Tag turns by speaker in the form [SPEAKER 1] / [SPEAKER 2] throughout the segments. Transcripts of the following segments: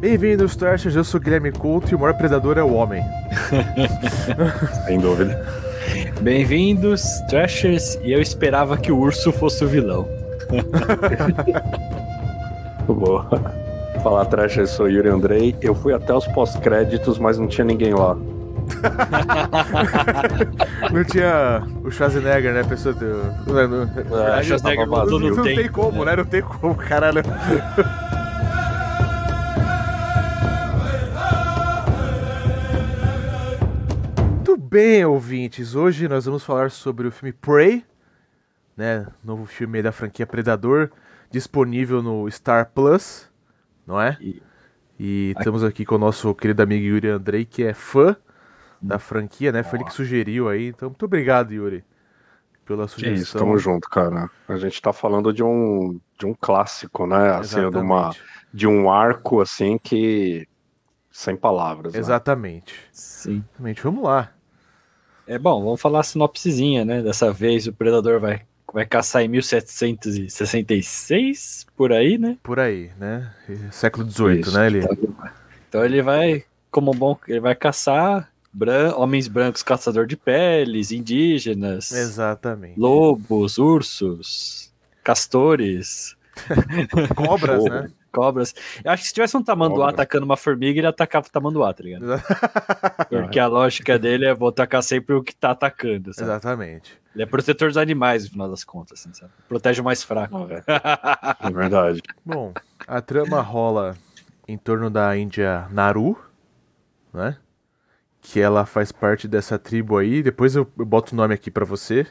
[SPEAKER 1] Bem-vindos, Trashers. Eu sou o Guilherme Couto e o maior predador é o homem.
[SPEAKER 2] Sem dúvida.
[SPEAKER 3] Bem-vindos, Trashers, e eu esperava que o urso fosse o vilão.
[SPEAKER 2] Boa. Falar atrás, eu sou Yuri Andrei. Eu fui até os pós-créditos, mas não tinha ninguém lá.
[SPEAKER 1] Não tinha o Schwarzenegger, né? A pessoa do. Não, não,
[SPEAKER 2] Ah,
[SPEAKER 3] o Schwarzenegger
[SPEAKER 2] tava
[SPEAKER 3] mandou
[SPEAKER 1] não,
[SPEAKER 2] vazio.
[SPEAKER 3] no
[SPEAKER 1] não tem
[SPEAKER 3] tempo,
[SPEAKER 1] como, né? Não tem como, caralho. Muito bem, ouvintes. Hoje nós vamos falar sobre o filme Prey, né? Novo filme aí da franquia Predador, disponível no Star Plus, não é?
[SPEAKER 3] E-
[SPEAKER 1] E estamos aqui com o nosso querido amigo Yuri Andrei, que é fã da franquia, né? Foi ele que sugeriu aí. Então, muito obrigado, Yuri, pela
[SPEAKER 2] Que
[SPEAKER 1] sugestão.
[SPEAKER 2] isso, tamo junto, cara. A gente tá falando de um, de um clássico, né? Assim, de, uma,
[SPEAKER 1] Exatamente.
[SPEAKER 2] de um arco, assim, que. Sem palavras. né?
[SPEAKER 1] Exatamente.
[SPEAKER 3] Sim.
[SPEAKER 1] Exatamente. Vamos lá.
[SPEAKER 3] É bom, vamos falar a sinopsezinha, né? Dessa vez o predador vai, vai caçar em 1766, por aí, né?
[SPEAKER 1] Por aí, né? E- Século XVIII,
[SPEAKER 2] Isso, Tá.
[SPEAKER 1] né? Ele...
[SPEAKER 3] Então ele vai, como um bom, ele vai caçar bran- homens brancos, caçador de peles, indígenas,
[SPEAKER 1] Exatamente.
[SPEAKER 3] lobos, ursos, castores,
[SPEAKER 1] Cobras, né?
[SPEAKER 3] cobras. Eu acho que se tivesse um tamanduá
[SPEAKER 2] Cobras.
[SPEAKER 3] atacando uma formiga, ele atacava o tamanduá, tá ligado? Porque a lógica dele é vou atacar sempre o que tá atacando, sabe?
[SPEAKER 1] Exatamente.
[SPEAKER 3] Ele é protetor dos animais, no final das contas, assim, sabe? Protege o mais fraco. velho.
[SPEAKER 2] É verdade.
[SPEAKER 1] Bom, a trama rola em torno da Índia Naru, né? Que ela faz parte dessa tribo aí. Depois eu eu boto o nome aqui pra você.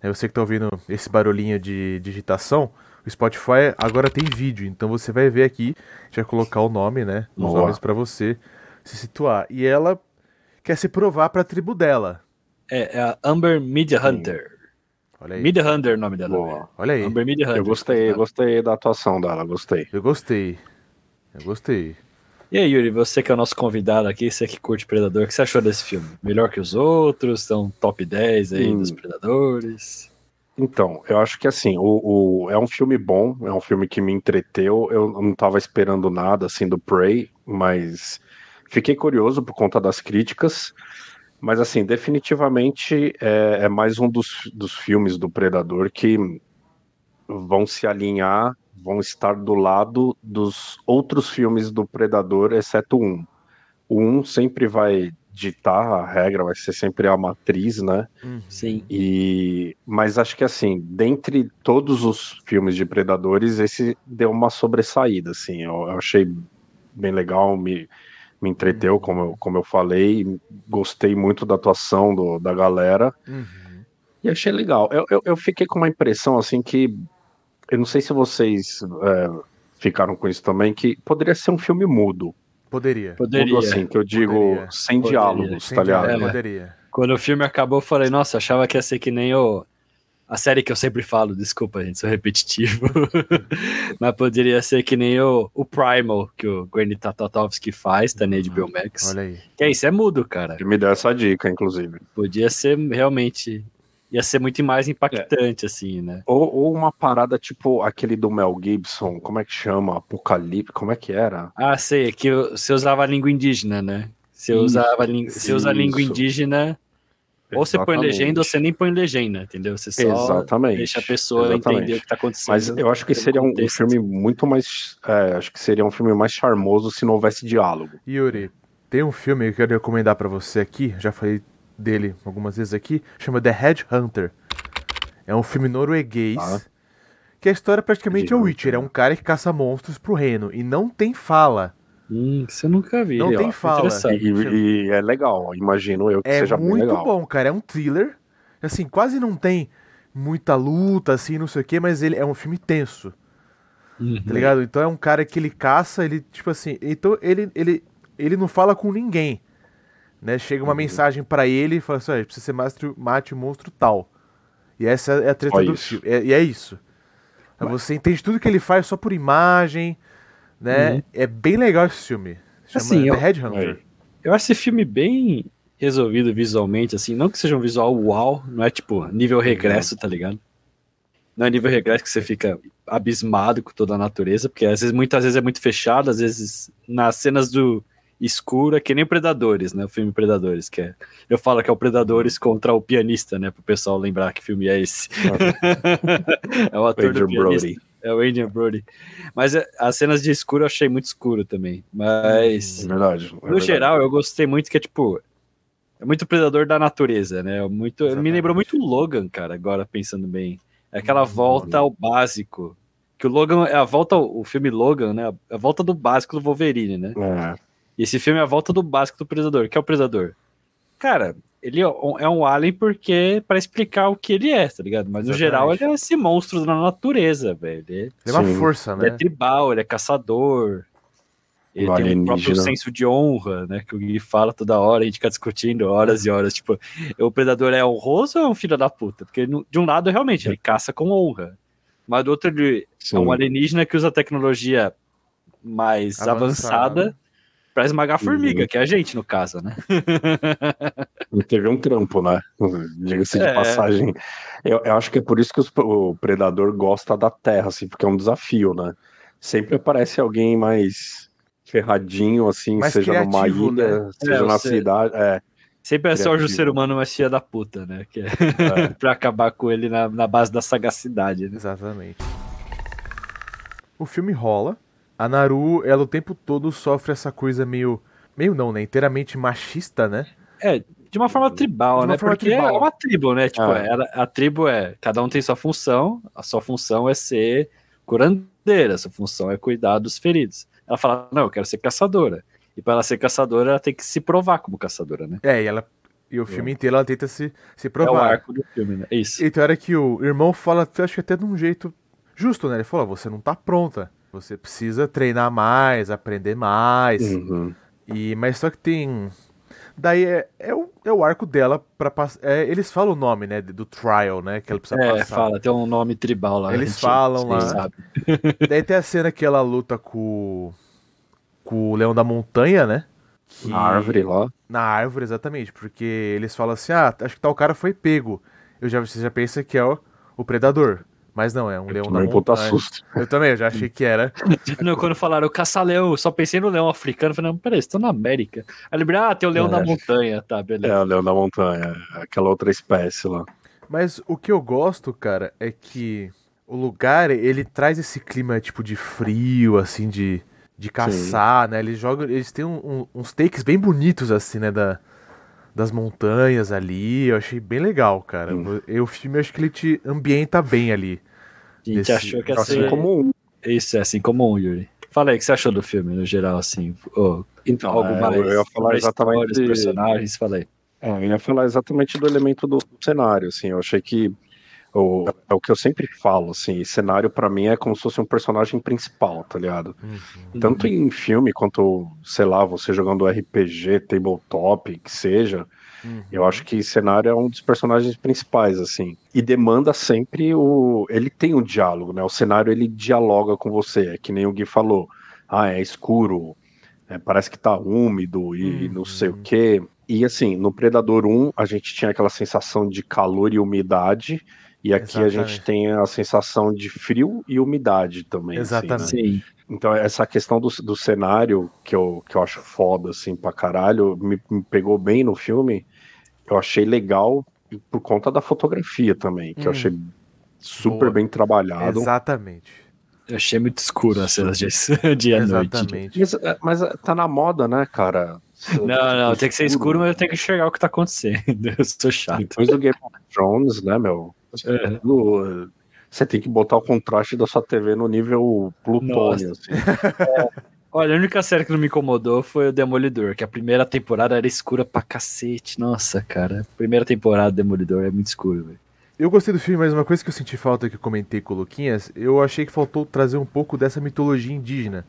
[SPEAKER 1] É você que tá ouvindo esse barulhinho de digitação. O Spotify agora tem vídeo, então você vai ver aqui. A gente vai colocar o nome, né? Os
[SPEAKER 2] Boa.
[SPEAKER 1] nomes pra você se situar. E ela quer se provar pra tribo dela.
[SPEAKER 3] É, é a Amber Media Hunter.
[SPEAKER 1] Olha aí.
[SPEAKER 3] Media Hunter é o nome dela.
[SPEAKER 2] Boa.
[SPEAKER 3] velho.
[SPEAKER 1] Olha aí.
[SPEAKER 3] Amber Media Hunter. tá
[SPEAKER 2] Eu gostei, gostei da atuação dela, gostei.
[SPEAKER 1] Eu gostei. Eu gostei.
[SPEAKER 3] E aí, Yuri, você que é o nosso convidado aqui, você que curte Predador, o que você achou desse filme? Melhor que os outros? Então, top 10 aí
[SPEAKER 2] Hum.
[SPEAKER 3] dos Predadores?
[SPEAKER 2] Então, eu acho que assim, o, o- é um filme bom, é um filme que me entreteu. Eu não tava esperando nada assim do Prey, mas fiquei curioso por conta das críticas. Mas assim, definitivamente é, é mais um dos, dos filmes do Predador que vão se alinhar, vão estar do lado dos outros filmes do Predador, exceto um. O um sempre vai ditar a regra, vai ser sempre a matriz, né?
[SPEAKER 3] Sim.
[SPEAKER 2] E mas acho que assim, dentre todos os filmes de predadores, esse deu uma sobressaída, assim. Eu, eu achei bem legal, me, me entreteu, como eu, como eu falei, gostei muito da atuação do, da galera
[SPEAKER 1] Uhum.
[SPEAKER 2] e achei legal. Eu, eu, eu fiquei com uma impressão assim que eu não sei se vocês é, ficaram com isso também, que poderia ser um filme mudo,
[SPEAKER 1] Poderia.
[SPEAKER 3] Poderia.
[SPEAKER 2] mudo assim, que eu digo
[SPEAKER 1] Poderia.
[SPEAKER 2] sem
[SPEAKER 3] Poderia.
[SPEAKER 2] diálogos,
[SPEAKER 1] Sem
[SPEAKER 2] tá
[SPEAKER 1] dúvida,
[SPEAKER 2] ligado?
[SPEAKER 3] diálogo. É.
[SPEAKER 1] Poderia.
[SPEAKER 3] Quando o filme acabou, eu falei, nossa, eu achava que ia ser que nem o... a série que eu sempre falo, desculpa, gente, sou repetitivo. Mas poderia ser que nem o, o Primal, que o Gwen Tatatovsky faz, da
[SPEAKER 2] Uhum.
[SPEAKER 3] Nade Bill Max.
[SPEAKER 1] Olha aí.
[SPEAKER 3] Que é isso, é mudo, cara.
[SPEAKER 2] Me deu essa dica, inclusive.
[SPEAKER 3] Podia ser realmente. Ia ser muito mais
[SPEAKER 2] É.
[SPEAKER 3] impactante, assim, né?
[SPEAKER 2] Ou, ou uma parada tipo aquele do Mel Gibson, como é que chama? Apocalipse, como é que era?
[SPEAKER 3] Ah, sei, é que você usava a língua indígena, né? Você
[SPEAKER 2] Isso,
[SPEAKER 3] usava a língua, você usa a língua
[SPEAKER 2] isso.
[SPEAKER 3] indígena, ou você põe
[SPEAKER 2] Exatamente.
[SPEAKER 3] legenda, ou você nem põe legenda, entendeu? Você só
[SPEAKER 2] Exatamente.
[SPEAKER 3] deixa a pessoa
[SPEAKER 2] Exatamente.
[SPEAKER 3] entender o que tá acontecendo.
[SPEAKER 2] Mas eu acho que
[SPEAKER 3] pelo
[SPEAKER 2] seria um, um
[SPEAKER 3] contexto.
[SPEAKER 2] filme muito mais. é, acho que seria um filme mais charmoso se não houvesse diálogo.
[SPEAKER 1] Yuri, tem um filme que eu quero recomendar pra você aqui, já falei dele algumas vezes aqui, chama The Headhunter. É um filme norueguês,
[SPEAKER 2] Tá.
[SPEAKER 1] que a história praticamente é o
[SPEAKER 2] Headhunter.
[SPEAKER 1] Witcher, é um cara que caça monstros pro reino, e não tem fala.
[SPEAKER 3] Hum, isso eu nunca vi.
[SPEAKER 1] Não
[SPEAKER 2] ó,
[SPEAKER 1] tem fala.
[SPEAKER 2] E,
[SPEAKER 3] interessante.
[SPEAKER 2] e- e é legal, imagino eu que
[SPEAKER 1] É
[SPEAKER 2] seja bem
[SPEAKER 1] muito
[SPEAKER 2] legal.
[SPEAKER 1] bom, cara, é um thriller, assim, quase não tem muita luta, assim, não sei o que, mas ele é um filme tenso.
[SPEAKER 3] Uhum.
[SPEAKER 1] Tá ligado? Então é um cara que ele caça, ele, tipo assim, então ele, ele, ele não fala com ninguém. Né? Chega uma mensagem pra ele e fala assim: olha, precisa ser mate, mate o monstro tal. E essa é a treta
[SPEAKER 2] Só
[SPEAKER 1] do
[SPEAKER 2] isso.
[SPEAKER 1] filme. É- E é, isso. Aí Você entende tudo que ele faz só por imagem, né?
[SPEAKER 3] Uhum.
[SPEAKER 1] É bem legal esse filme. Chama
[SPEAKER 3] Assim,
[SPEAKER 1] The
[SPEAKER 3] eu-
[SPEAKER 1] Headhunter.
[SPEAKER 3] Eu acho esse filme bem resolvido visualmente, assim. Não que seja um visual uau, não é tipo nível regresso, tá ligado? Não é nível regresso que você fica abismado com toda a natureza, porque às vezes, muitas vezes é muito fechado, às vezes nas cenas do escuro é que nem Predadores, né? O filme Predadores, que é. Eu falo que é o Predadores contra o pianista, né? Pro pessoal lembrar que filme é esse. é o ator Andrew do pianista. Brody. É o Adrian Brody. Mas é, as cenas de escuro eu achei muito escuro também. Mas.
[SPEAKER 2] É verdade. É
[SPEAKER 3] no
[SPEAKER 2] verdade.
[SPEAKER 3] geral, eu gostei muito que é tipo. É muito predador da natureza, né? Muito, Exatamente. me lembrou muito o Logan, cara, agora pensando bem. É aquela volta ao básico. Que o Logan é a volta, o filme Logan, né? A volta do básico do Wolverine, né?
[SPEAKER 2] É.
[SPEAKER 3] E esse filme é a volta do básico do predador. que é o predador? Cara, ele é um alien porque para explicar o que ele é, tá ligado? Mas no Exatamente. geral ele é esse monstro da natureza, velho.
[SPEAKER 1] Ele é uma força, né?
[SPEAKER 3] Ele é tribal, ele é caçador. Ele o tem um próprio senso de honra, né? Que o Gui fala toda hora, a gente fica discutindo horas e horas. Tipo, o predador é honroso ou é um filho da puta? Porque de um lado, realmente, ele caça com honra. Mas do outro, ele Sim. é um alienígena que usa tecnologia mais avançada, avançada pra esmagar a formiga, uhum. que é a gente, no caso, né?
[SPEAKER 2] Teve um trampo, né? Diga-se de é. passagem. Eu, eu, acho que é por isso que os, o predador gosta da terra, assim, porque é um desafio, né? Sempre aparece alguém mais ferradinho, assim,
[SPEAKER 1] mais
[SPEAKER 2] seja
[SPEAKER 1] criativo,
[SPEAKER 2] numa ilha,
[SPEAKER 1] né?
[SPEAKER 2] seja é, na cidade. É.
[SPEAKER 3] Sempre é só o ser humano mais filha da puta, né? Que é pra acabar com ele na, na base da sagacidade. Né?
[SPEAKER 1] Exatamente. O filme rola, a Naru, ela o tempo todo sofre essa coisa meio. Meio não, né? Inteiramente machista, né?
[SPEAKER 3] É, de uma forma tribal,
[SPEAKER 1] Uhum. uma
[SPEAKER 3] né?
[SPEAKER 1] forma
[SPEAKER 3] Porque
[SPEAKER 1] tribal.
[SPEAKER 3] é uma tribo, né? Tipo,
[SPEAKER 2] Ah.
[SPEAKER 3] ela- a tribo é. Cada um tem sua função, a sua função é ser curandeira, a sua função é cuidar dos feridos. Ela fala, não, eu quero ser caçadora. E para ela ser caçadora, ela tem que se provar como caçadora, né?
[SPEAKER 1] É, e ela. E o filme inteiro ela tenta se, se
[SPEAKER 3] É o
[SPEAKER 1] provar.
[SPEAKER 3] arco do filme, né? É Isso.
[SPEAKER 1] e tem hora que o irmão fala, acho que até de um jeito justo, né? Ele fala, "Ó, você não tá pronta. Você precisa treinar mais, aprender mais.
[SPEAKER 2] Uhum.
[SPEAKER 1] E, mas só que tem. Daí é, é, o, é o arco dela pra passar. eles falam o nome, né? Do trial, né? Que ela precisa
[SPEAKER 3] É,
[SPEAKER 1] passar.
[SPEAKER 3] fala, tem um nome tribal lá.
[SPEAKER 1] Eles
[SPEAKER 3] a gente-
[SPEAKER 1] falam lá.
[SPEAKER 3] vocês sabem.
[SPEAKER 1] Daí tem a cena que ela luta com, o- com o Leão da Montanha, né? Que-
[SPEAKER 2] A árvore lá.
[SPEAKER 1] Na árvore, exatamente. Porque eles falam assim: ah, acho que tal cara foi pego. Eu já, você já pensa que é o, o predador. Mas não, é um leão da
[SPEAKER 2] Um puta
[SPEAKER 1] montanha.
[SPEAKER 2] susto.
[SPEAKER 1] Eu também, eu já achei que era.
[SPEAKER 3] Não, quando falaram caça-leão, eu só pensei no leão africano. Eu Falei, não, peraí, estou na América. Aí lembrei, ah, tem o leão
[SPEAKER 2] É.
[SPEAKER 3] da montanha, tá, beleza.
[SPEAKER 2] É, o leão da montanha. é, Aquela outra espécie lá.
[SPEAKER 1] Mas o que eu gosto, cara, é que o lugar, ele traz esse clima, tipo, de frio, assim, de, de caçar, né? Eles jogam. Eles têm um- um- uns takes bem bonitos, assim, né? Da, das montanhas ali. Eu achei bem legal, cara.
[SPEAKER 2] Hum.
[SPEAKER 1] E o filme, eu acho que ele te ambienta bem ali.
[SPEAKER 3] a gente
[SPEAKER 1] Desse-
[SPEAKER 3] achou que ia
[SPEAKER 2] Assim
[SPEAKER 3] ser...
[SPEAKER 2] como um.
[SPEAKER 3] Isso, é assim como um, Yuri. Fala aí, o que você achou do filme, no geral, assim? Ô,
[SPEAKER 2] Então,
[SPEAKER 3] algo
[SPEAKER 2] é,
[SPEAKER 3] mais?
[SPEAKER 2] eu ia falar
[SPEAKER 3] sobre a história,
[SPEAKER 2] exatamente.
[SPEAKER 3] Os personagens, fala aí.
[SPEAKER 2] É, eu ia falar exatamente do elemento do cenário, assim, eu achei que o, é o que eu sempre falo, assim, cenário pra mim é como se fosse um personagem principal, tá ligado? Tanto em filme quanto, sei lá, você jogando RPG, tabletop, que seja,
[SPEAKER 1] Uhum.
[SPEAKER 2] eu acho que cenário é um dos personagens principais, assim, e demanda sempre o... ele tem um diálogo, né, o cenário ele dialoga com você, é que nem o Gui falou, ah, é escuro, é, parece que tá úmido e
[SPEAKER 1] Uhum.
[SPEAKER 2] não sei o quê, e assim, no Predador 1, a gente tinha aquela sensação de calor e umidade, e aqui a
[SPEAKER 1] Exatamente.
[SPEAKER 2] gente tem a sensação de frio e umidade também. assim, né?
[SPEAKER 1] Exatamente.
[SPEAKER 3] Hum, Sim.
[SPEAKER 2] Então, essa questão do, do cenário, que eu, que eu acho foda, assim, pra caralho, me, me pegou bem no filme. Eu achei legal por conta da fotografia também, que eu
[SPEAKER 1] Hum.
[SPEAKER 2] achei super
[SPEAKER 1] Boa.
[SPEAKER 2] bem trabalhado.
[SPEAKER 1] Exatamente.
[SPEAKER 3] Eu achei muito escuro as cenas de, de à noite.
[SPEAKER 1] Exatamente.
[SPEAKER 2] Mas, mas tá na moda, né, cara?
[SPEAKER 3] Não, não, tem que ser escuro, mas tá. eu tenho que enxergar o que tá acontecendo. Eu sou chato.
[SPEAKER 2] Depois do Game of Thrones, né, meu?
[SPEAKER 3] É.
[SPEAKER 2] Do- Você tem que botar o contraste da sua TV no nível plutônio, assim.
[SPEAKER 3] Olha, a única série que não me incomodou foi o Demolidor, que a primeira temporada era escura pra cacete. Nossa, cara. Primeira temporada do Demolidor é muito escuro, velho.
[SPEAKER 1] Eu gostei do filme, mas uma coisa que eu senti falta que eu comentei com o Luquinhas, eu achei que faltou trazer um pouco dessa mitologia indígena.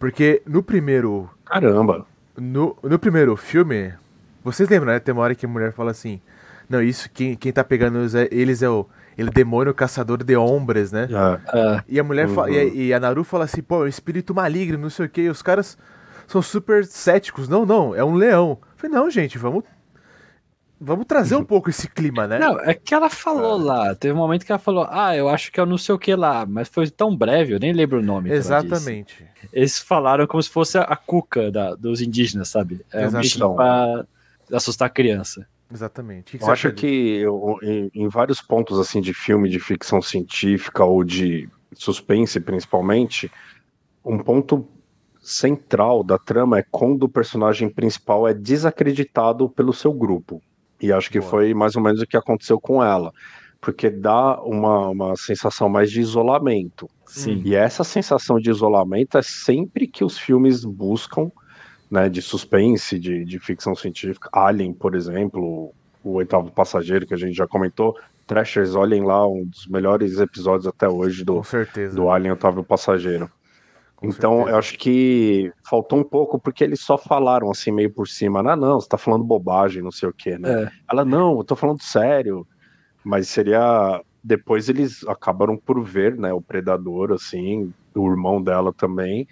[SPEAKER 1] Porque no primeiro.
[SPEAKER 2] Caramba.
[SPEAKER 1] No, no primeiro filme. Vocês lembram, né? Tem uma hora que a mulher fala assim. Não, isso, quem, quem tá pegando eles é, eles é o. Ele é demônio caçador de hombres, né?
[SPEAKER 2] É,
[SPEAKER 3] Ah,
[SPEAKER 1] E a mulher
[SPEAKER 2] Uhum.
[SPEAKER 1] fala, e, a, e a Naru fala assim, pô, é um espírito maligno, não sei o que, os caras são super céticos. Não, não, é um leão. Eu falei, não, gente, vamos. Vamos trazer um pouco esse clima, né?
[SPEAKER 3] Não, é que ela
[SPEAKER 1] Ah.
[SPEAKER 3] falou lá. Teve um momento que ela falou, ah, eu acho que é o não sei o que lá, mas foi tão breve, eu nem lembro o nome. que ela disse.
[SPEAKER 1] Exatamente.
[SPEAKER 3] Eles falaram como se fosse a cuca da- dos indígenas, sabe? É um
[SPEAKER 1] Exato.
[SPEAKER 3] bicho pra assustar a criança.
[SPEAKER 1] Exatamente. O que
[SPEAKER 2] Eu
[SPEAKER 1] você acha
[SPEAKER 2] acho
[SPEAKER 1] disso?
[SPEAKER 2] que eu- em, em vários pontos assim de filme de ficção científica ou de suspense principalmente, um ponto central da trama é quando o personagem principal é desacreditado pelo seu grupo. E acho que
[SPEAKER 1] Boa.
[SPEAKER 2] foi mais ou menos o que aconteceu com ela, porque dá uma, uma sensação mais de isolamento.
[SPEAKER 1] Hum.
[SPEAKER 3] Sim.
[SPEAKER 2] E essa sensação de isolamento é sempre que os filmes buscam, né, de suspense, de, de ficção científica. Alien, por exemplo, o oitavo passageiro que a gente já comentou. Trashers, olhem lá, um dos melhores episódios até hoje do,
[SPEAKER 1] Com certeza.
[SPEAKER 2] do Alien Oitavo Passageiro.
[SPEAKER 1] Com
[SPEAKER 2] Então,
[SPEAKER 1] certeza.
[SPEAKER 2] eu acho que faltou um pouco, porque eles só falaram assim, meio por cima, ah, não, você tá falando bobagem, não sei o quê, né?
[SPEAKER 3] É.
[SPEAKER 2] Ela, não, eu tô falando sério. Mas seria. Depois eles acabaram por ver, né? O predador, assim, o irmão dela também.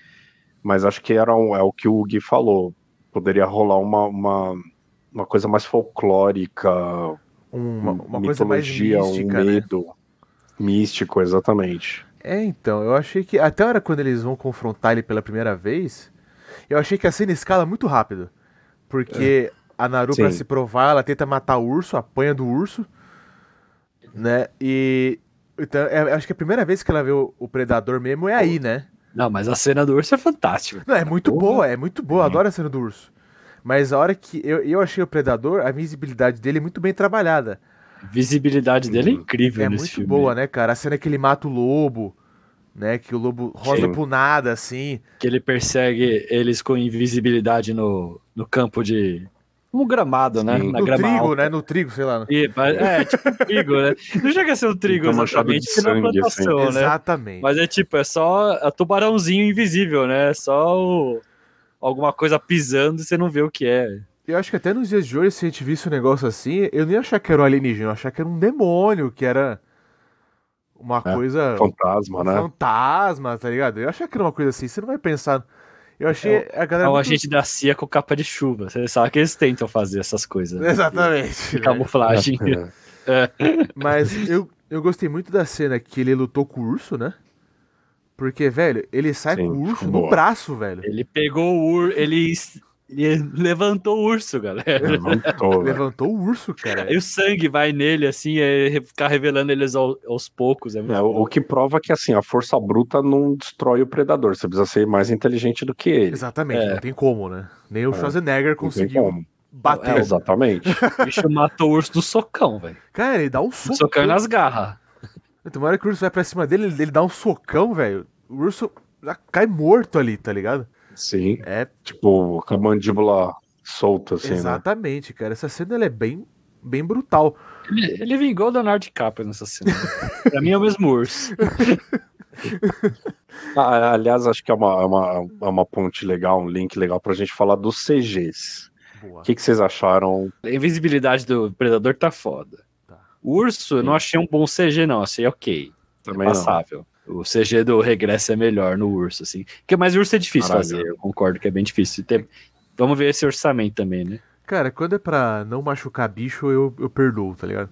[SPEAKER 2] Mas acho que era um- é o que o Gui falou. Poderia rolar uma, uma, uma coisa mais folclórica,
[SPEAKER 1] Uma, Um, uma coisa mais
[SPEAKER 2] é mitologia,
[SPEAKER 1] mística, né?
[SPEAKER 2] um medo. Místico, exatamente.
[SPEAKER 1] É, então, eu achei que. Até a hora quando eles vão confrontar ele pela primeira vez, eu achei que a cena escala muito rápido. Porque a Naru, pra
[SPEAKER 2] Sim.
[SPEAKER 1] se provar, ela tenta matar o urso, apanha do urso. Né? E. Então, é- eu acho que a primeira vez que ela vê o, o predador mesmo é aí, né?
[SPEAKER 3] Não, mas a cena do urso é fantástica.
[SPEAKER 1] Não, é muito
[SPEAKER 2] Porra.
[SPEAKER 1] boa, é muito boa, eu
[SPEAKER 3] Uhum.
[SPEAKER 2] Sim.
[SPEAKER 1] adoro a cena do urso. Mas a hora que eu, eu achei o predador, a visibilidade dele é muito bem trabalhada.
[SPEAKER 3] A visibilidade dele é incrível
[SPEAKER 1] É
[SPEAKER 3] nesse
[SPEAKER 1] muito
[SPEAKER 3] filme.
[SPEAKER 1] boa, né, cara? A cena que ele mata o lobo, né? Que o lobo rosa
[SPEAKER 2] Sim.
[SPEAKER 1] pro nada, assim.
[SPEAKER 3] Que ele persegue eles com invisibilidade no, no campo de. Um gramado, né?
[SPEAKER 2] Sim.
[SPEAKER 3] Na
[SPEAKER 1] no
[SPEAKER 3] grama
[SPEAKER 1] trigo,
[SPEAKER 3] alta.
[SPEAKER 1] né? No trigo, sei lá.
[SPEAKER 3] E, mas- é, tipo um trigo, né? Não chega a ser um trigo
[SPEAKER 2] Tá manchado de
[SPEAKER 3] exatamente, porque não
[SPEAKER 2] sangue,
[SPEAKER 3] é
[SPEAKER 2] assim.
[SPEAKER 3] plantação, né?
[SPEAKER 1] Exatamente.
[SPEAKER 3] Mas é tipo, é só a tubarãozinho invisível, né? É só o- alguma coisa pisando e você não vê o que é.
[SPEAKER 1] Eu acho que até nos dias de hoje, se a gente visse um negócio assim, eu nem ia achar que era um alienígena, eu ia achar que era um demônio, que era uma
[SPEAKER 2] É,
[SPEAKER 1] coisa.
[SPEAKER 2] Fantasma, né?
[SPEAKER 1] Fantasma, tá ligado? Eu ia achar que era uma coisa assim, você não vai pensar. Eu achei a
[SPEAKER 3] É
[SPEAKER 1] galera.
[SPEAKER 3] um
[SPEAKER 1] muito-
[SPEAKER 3] agente da CIA com capa de chuva. Você sabe que eles tentam fazer essas coisas. né?
[SPEAKER 1] Exatamente.
[SPEAKER 3] De
[SPEAKER 1] né?
[SPEAKER 3] Camuflagem.
[SPEAKER 1] Mas eu, eu gostei muito da cena que ele lutou com o urso, né? Porque, velho, ele sai
[SPEAKER 2] Sim, tipo,
[SPEAKER 1] com o urso no
[SPEAKER 2] boa.
[SPEAKER 1] braço, velho.
[SPEAKER 3] Ele pegou o urso, ele, ele levantou o urso, galera.
[SPEAKER 2] Levantou, né?
[SPEAKER 1] Levantou o urso, cara.
[SPEAKER 3] E o sangue vai nele, assim, é re- ficar revelando eles ao- aos poucos. É muito
[SPEAKER 2] É, o, o que prova que assim, a força bruta não destrói o predador, você precisa ser mais inteligente do que ele.
[SPEAKER 1] Exatamente,
[SPEAKER 3] É.
[SPEAKER 1] não tem como, né? Nem o
[SPEAKER 2] É,
[SPEAKER 1] Schwarzenegger
[SPEAKER 2] Não tem
[SPEAKER 1] conseguiu
[SPEAKER 2] como.
[SPEAKER 1] bater.
[SPEAKER 3] É,
[SPEAKER 2] Exatamente.
[SPEAKER 3] O bicho matou o urso do socão, velho.
[SPEAKER 1] Cara, ele dá um
[SPEAKER 3] Do
[SPEAKER 1] soco.
[SPEAKER 3] socão e nas garras.
[SPEAKER 1] Tem uma hora que o urso vai pra cima dele, ele ele dá um socão, velho. O urso já cai morto ali, tá ligado?
[SPEAKER 2] Sim.
[SPEAKER 1] É,
[SPEAKER 2] Tipo, com a mandíbula solta, assim, né?
[SPEAKER 1] exatamente, cara. Essa cena ela é bem, bem brutal.
[SPEAKER 3] Ele, ele vingou o Leonardo DiCaprio nessa cena. pra mim é o mesmo urso.
[SPEAKER 2] Ah, aliás, acho que é uma, é uma, é uma ponte legal, um link legal pra gente falar dos CGs.
[SPEAKER 1] Boa.
[SPEAKER 2] O que, que vocês acharam?
[SPEAKER 3] A invisibilidade do predador tá foda.
[SPEAKER 1] Tá.
[SPEAKER 3] O urso, eu não achei um bom CG, não. Achei ok. É
[SPEAKER 2] Também não.
[SPEAKER 3] passável. O CG do regresso é melhor no urso, assim. Porque, mas o urso é difícil
[SPEAKER 2] Caralho.
[SPEAKER 3] fazer, eu concordo que é bem difícil. Tem- Vamos ver esse orçamento também, né?
[SPEAKER 1] Cara, quando é pra não machucar bicho, eu, eu perdoo, tá ligado?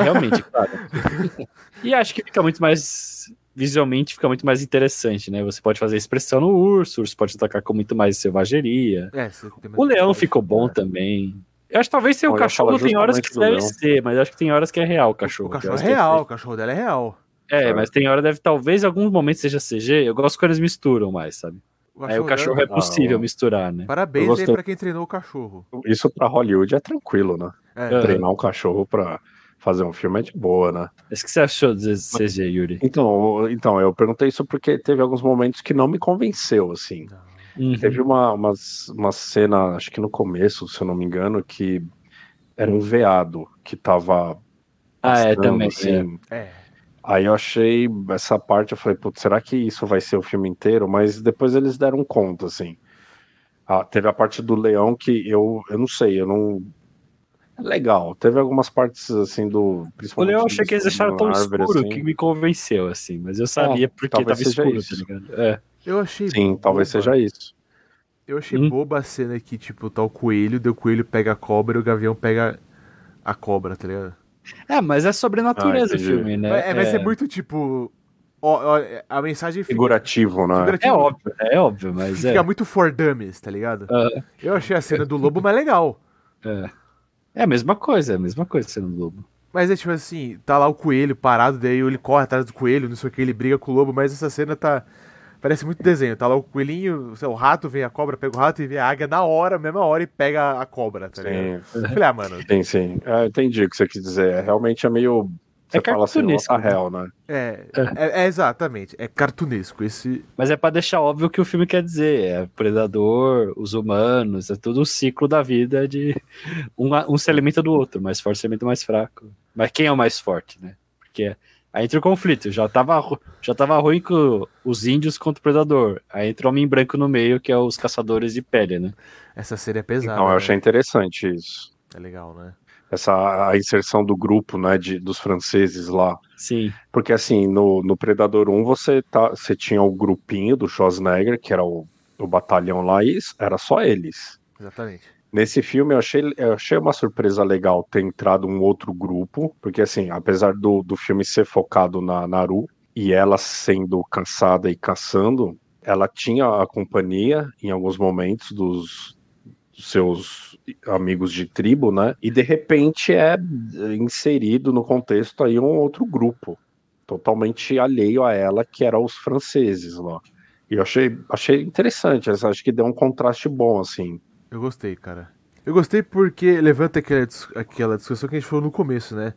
[SPEAKER 3] realmente, claro. e acho que fica muito mais. Visualmente fica muito mais interessante, né? Você pode fazer expressão no urso, o urso pode atacar com muito mais selvageria.
[SPEAKER 1] É, você tem mais
[SPEAKER 3] O leão
[SPEAKER 1] vontade.
[SPEAKER 3] ficou bom também. Eu acho que talvez ser
[SPEAKER 2] né?
[SPEAKER 3] o
[SPEAKER 2] Olha, eu ia
[SPEAKER 3] cachorro
[SPEAKER 2] falar
[SPEAKER 3] tem horas
[SPEAKER 2] justamente
[SPEAKER 3] que
[SPEAKER 2] do
[SPEAKER 3] deve
[SPEAKER 2] leão.
[SPEAKER 3] ser, mas acho que tem horas que é real o cachorro.
[SPEAKER 1] O
[SPEAKER 3] tem
[SPEAKER 1] cachorro
[SPEAKER 3] horas
[SPEAKER 1] é
[SPEAKER 3] que
[SPEAKER 1] real, o cachorro dela é real.
[SPEAKER 3] É, mas tem hora deve talvez em algum momento seja CG. Eu gosto quando eles misturam mais, sabe? Aí o cachorro é
[SPEAKER 1] dela-
[SPEAKER 3] possível
[SPEAKER 2] Ah.
[SPEAKER 3] misturar, né?
[SPEAKER 2] Eu
[SPEAKER 1] Parabéns aí
[SPEAKER 2] gostei.
[SPEAKER 1] pra quem treinou o cachorro.
[SPEAKER 2] Isso pra Hollywood é tranquilo, né?
[SPEAKER 1] É,
[SPEAKER 3] É.
[SPEAKER 2] Treinar um cachorro pra fazer um filme é de boa, né?
[SPEAKER 3] Mas o que você achou desse CG, Yuri?
[SPEAKER 2] Então, eu- então, eu perguntei isso porque teve alguns momentos que não me convenceu, assim.
[SPEAKER 3] Uhum.
[SPEAKER 2] Teve uma, umas- uma, cena, acho que no começo, se eu não me engano, que era um veado que tava.
[SPEAKER 3] Ah, é,
[SPEAKER 2] passando,
[SPEAKER 3] também. é.
[SPEAKER 2] assim.
[SPEAKER 1] é.
[SPEAKER 2] Aí eu achei essa parte, eu falei, putz, será que isso vai ser o filme inteiro? Mas depois eles deram conta, assim. Ah, teve a parte do leão que eu, eu não sei, eu não. É legal. Teve algumas partes, assim, do.
[SPEAKER 3] O
[SPEAKER 2] Principalmente
[SPEAKER 3] Leão eu achei
[SPEAKER 2] do-
[SPEAKER 3] que eles deixaram
[SPEAKER 2] da
[SPEAKER 3] tão
[SPEAKER 2] árvore,
[SPEAKER 3] escuro
[SPEAKER 2] assim. É,
[SPEAKER 3] que me convenceu, assim. Mas eu sabia porque
[SPEAKER 2] talvez
[SPEAKER 3] tava
[SPEAKER 2] seja
[SPEAKER 3] escuro,
[SPEAKER 2] isso.
[SPEAKER 3] tá ligado? É.
[SPEAKER 1] Eu achei.
[SPEAKER 2] Sim, talvez
[SPEAKER 1] boba.
[SPEAKER 2] seja
[SPEAKER 3] né?
[SPEAKER 2] isso.
[SPEAKER 1] Eu achei
[SPEAKER 3] Hum.
[SPEAKER 1] boba a cena que, tipo, tá o coelho, daí o coelho pega a cobra e o gavião pega a cobra, tá ligado?
[SPEAKER 3] É, mas é sobre a natureza
[SPEAKER 2] Ah,
[SPEAKER 3] o
[SPEAKER 2] entendi.
[SPEAKER 3] filme, né?
[SPEAKER 1] Mas é, vai ser muito tipo. ó- ó, a mensagem fica,
[SPEAKER 2] Figurativo, né?
[SPEAKER 1] figurativa,
[SPEAKER 3] É óbvio, é óbvio, mas é.
[SPEAKER 1] fica muito for dummies, tá ligado?
[SPEAKER 3] Ah.
[SPEAKER 1] Eu achei a cena do lobo mais legal.
[SPEAKER 3] É. É a mesma coisa, é a mesma coisa sendo lobo.
[SPEAKER 1] Mas é tipo assim, tá lá o coelho parado, daí ele corre atrás do coelho, não sei o que, ele briga com o lobo, mas essa cena tá. Parece muito desenho. Tá lá o coelhinho, sei lá, o rato vem a cobra, pega o rato e vem a águia na hora, mesma hora, e pega a cobra, tá ligado?
[SPEAKER 2] Sim,
[SPEAKER 1] Eu Falei, ah, mano,
[SPEAKER 2] sim, sim. Ah, entendi o que você quis dizer. É, Realmente é meio. Você
[SPEAKER 3] É
[SPEAKER 2] fala assim,
[SPEAKER 3] cartunesco,
[SPEAKER 2] nossa, real, né?
[SPEAKER 1] é, é- é exatamente, é cartunesco. Esse,
[SPEAKER 3] Mas é pra deixar óbvio o que o filme quer dizer. É predador, os humanos, é todo o ciclo da vida de um, um se alimenta do outro, mais forte se alimenta do mais fraco. Mas quem é o mais forte, né? Porque aí entra o conflito, já tava, ru- já tava ruim com os índios contra o predador. Aí entra o homem branco no meio, que é os caçadores de pele, né?
[SPEAKER 1] essa cena é pesada.
[SPEAKER 2] Então, eu
[SPEAKER 1] né?
[SPEAKER 2] achei interessante isso.
[SPEAKER 1] É legal, né?
[SPEAKER 2] Essa a inserção do grupo, né, de, dos franceses lá.
[SPEAKER 3] Sim.
[SPEAKER 2] Porque assim, no, no Predador 1 você, tá, você tinha o grupinho do Schwarzenegger, que era o, o batalhão lá, e s- era só eles.
[SPEAKER 1] Exatamente.
[SPEAKER 2] Nesse filme eu achei, eu achei uma surpresa legal ter entrado um outro grupo, porque assim, apesar do, do filme ser focado na Naru e ela sendo caçada e caçando, ela tinha a companhia em alguns momentos dos dos seus amigos de tribo, né? E de repente é eh, inserido no contexto aí um outro grupo totalmente alheio a ela, que era os franceses lá. E eu achei, achei interessante, essa- acho que deu um contraste bom assim.
[SPEAKER 1] Eu gostei, cara. Eu gostei porque levanta aquela, dis- aquela discussão que a gente falou no começo, né?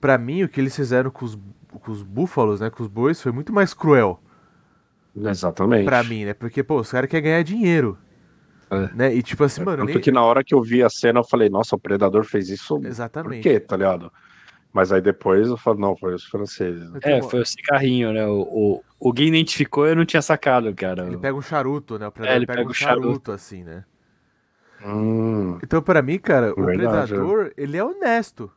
[SPEAKER 1] Pra mim, o que eles fizeram com os, com os búfalos, né? Com os bois, foi muito mais cruel
[SPEAKER 2] Exatamente.
[SPEAKER 1] pra mim, né? Porque, pô, os caras querem ganhar dinheiro.
[SPEAKER 3] É.
[SPEAKER 1] Né? E tipo assim, mano,
[SPEAKER 2] Tanto
[SPEAKER 1] nem...
[SPEAKER 2] que na hora que eu vi a cena, eu falei, nossa, o Predador fez isso por
[SPEAKER 1] Exatamente.
[SPEAKER 2] quê, tá ligado? Mas aí depois eu falei, não, foi os franceses. né?
[SPEAKER 1] Então,
[SPEAKER 3] É, foi o cigarrinho, né? O, o, o Gui identificou e eu não tinha sacado, cara.
[SPEAKER 1] Ele pega um charuto, né? O predador
[SPEAKER 3] É, ele
[SPEAKER 1] pega,
[SPEAKER 3] pega
[SPEAKER 1] um
[SPEAKER 3] o charuto.
[SPEAKER 1] charuto, assim, né?
[SPEAKER 2] Hum,
[SPEAKER 1] Então, pra mim, cara, o
[SPEAKER 2] Verdade,
[SPEAKER 1] predador, ele é honesto.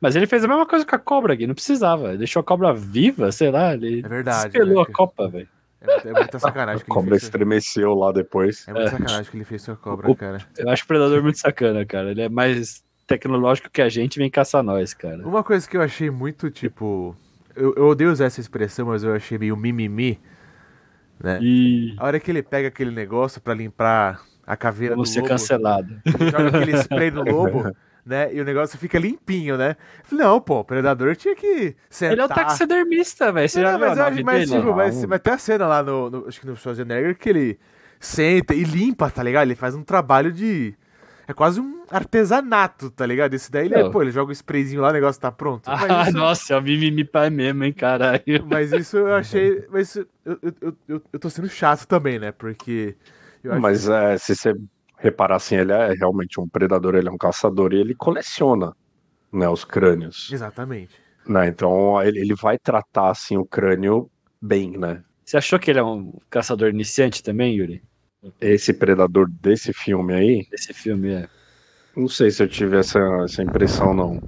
[SPEAKER 3] Mas ele fez a mesma coisa com a cobra, Gui, não precisava. Ele Deixou a cobra viva, sei lá. Ele
[SPEAKER 1] É verdade,
[SPEAKER 3] Espelou
[SPEAKER 1] né?
[SPEAKER 3] a copa, velho.
[SPEAKER 1] É, muita- é muita
[SPEAKER 2] a
[SPEAKER 1] sacanagem que
[SPEAKER 2] cobra
[SPEAKER 1] ele fez.
[SPEAKER 2] estremeceu lá depois.
[SPEAKER 1] É muita sacanagem que ele fez com a cobra,
[SPEAKER 3] O-
[SPEAKER 1] cara.
[SPEAKER 3] Eu acho o predador muito sacana, cara. Ele é mais tecnológico que a gente e vem caçar nós, cara.
[SPEAKER 1] Uma coisa que eu achei muito, tipo. Eu, eu odeio usar essa expressão, mas eu achei meio mimimi.
[SPEAKER 3] E
[SPEAKER 1] A hora que ele pega aquele negócio pra limpar a caveira
[SPEAKER 3] vamos
[SPEAKER 1] do
[SPEAKER 3] ser
[SPEAKER 1] lobo,
[SPEAKER 3] cancelado.
[SPEAKER 1] joga aquele spray no lobo, né? E o negócio fica limpinho, né? Falei, Não, pô, o predador tinha que sentar.
[SPEAKER 3] Ele é o taxidermista, velho. Você
[SPEAKER 1] Não,
[SPEAKER 3] já viu a
[SPEAKER 1] É, mas, eu acho-
[SPEAKER 3] nave
[SPEAKER 1] mas,
[SPEAKER 3] dele? né?
[SPEAKER 1] tipo, mas,
[SPEAKER 2] Não.
[SPEAKER 1] mas tem a cena lá no, no- Acho que no Schwarzenegger que ele senta e limpa, tá ligado? Ele faz um trabalho de. É quase um artesanato, tá ligado? Esse daí, ele,
[SPEAKER 3] Não.
[SPEAKER 1] pô, ele joga o sprayzinho lá, o negócio tá pronto.
[SPEAKER 3] Ah,
[SPEAKER 1] isso-
[SPEAKER 3] nossa, é o mimimi pai mesmo, hein, caralho.
[SPEAKER 1] Mas isso eu achei. Mas isso- eu, eu, eu, eu, eu tô sendo chato também, né? Porque. Eu acho
[SPEAKER 2] Mas é, se você reparar assim, ele é realmente um predador, ele é um caçador e ele coleciona né, os crânios.
[SPEAKER 1] Exatamente.
[SPEAKER 2] Né? Então ele, ele vai tratar assim o crânio bem, né?
[SPEAKER 3] Você achou que ele é um caçador iniciante também, Yuri?
[SPEAKER 2] Esse predador desse filme aí,
[SPEAKER 3] Esse filme é.
[SPEAKER 2] Não sei se eu tive essa, essa impressão, não.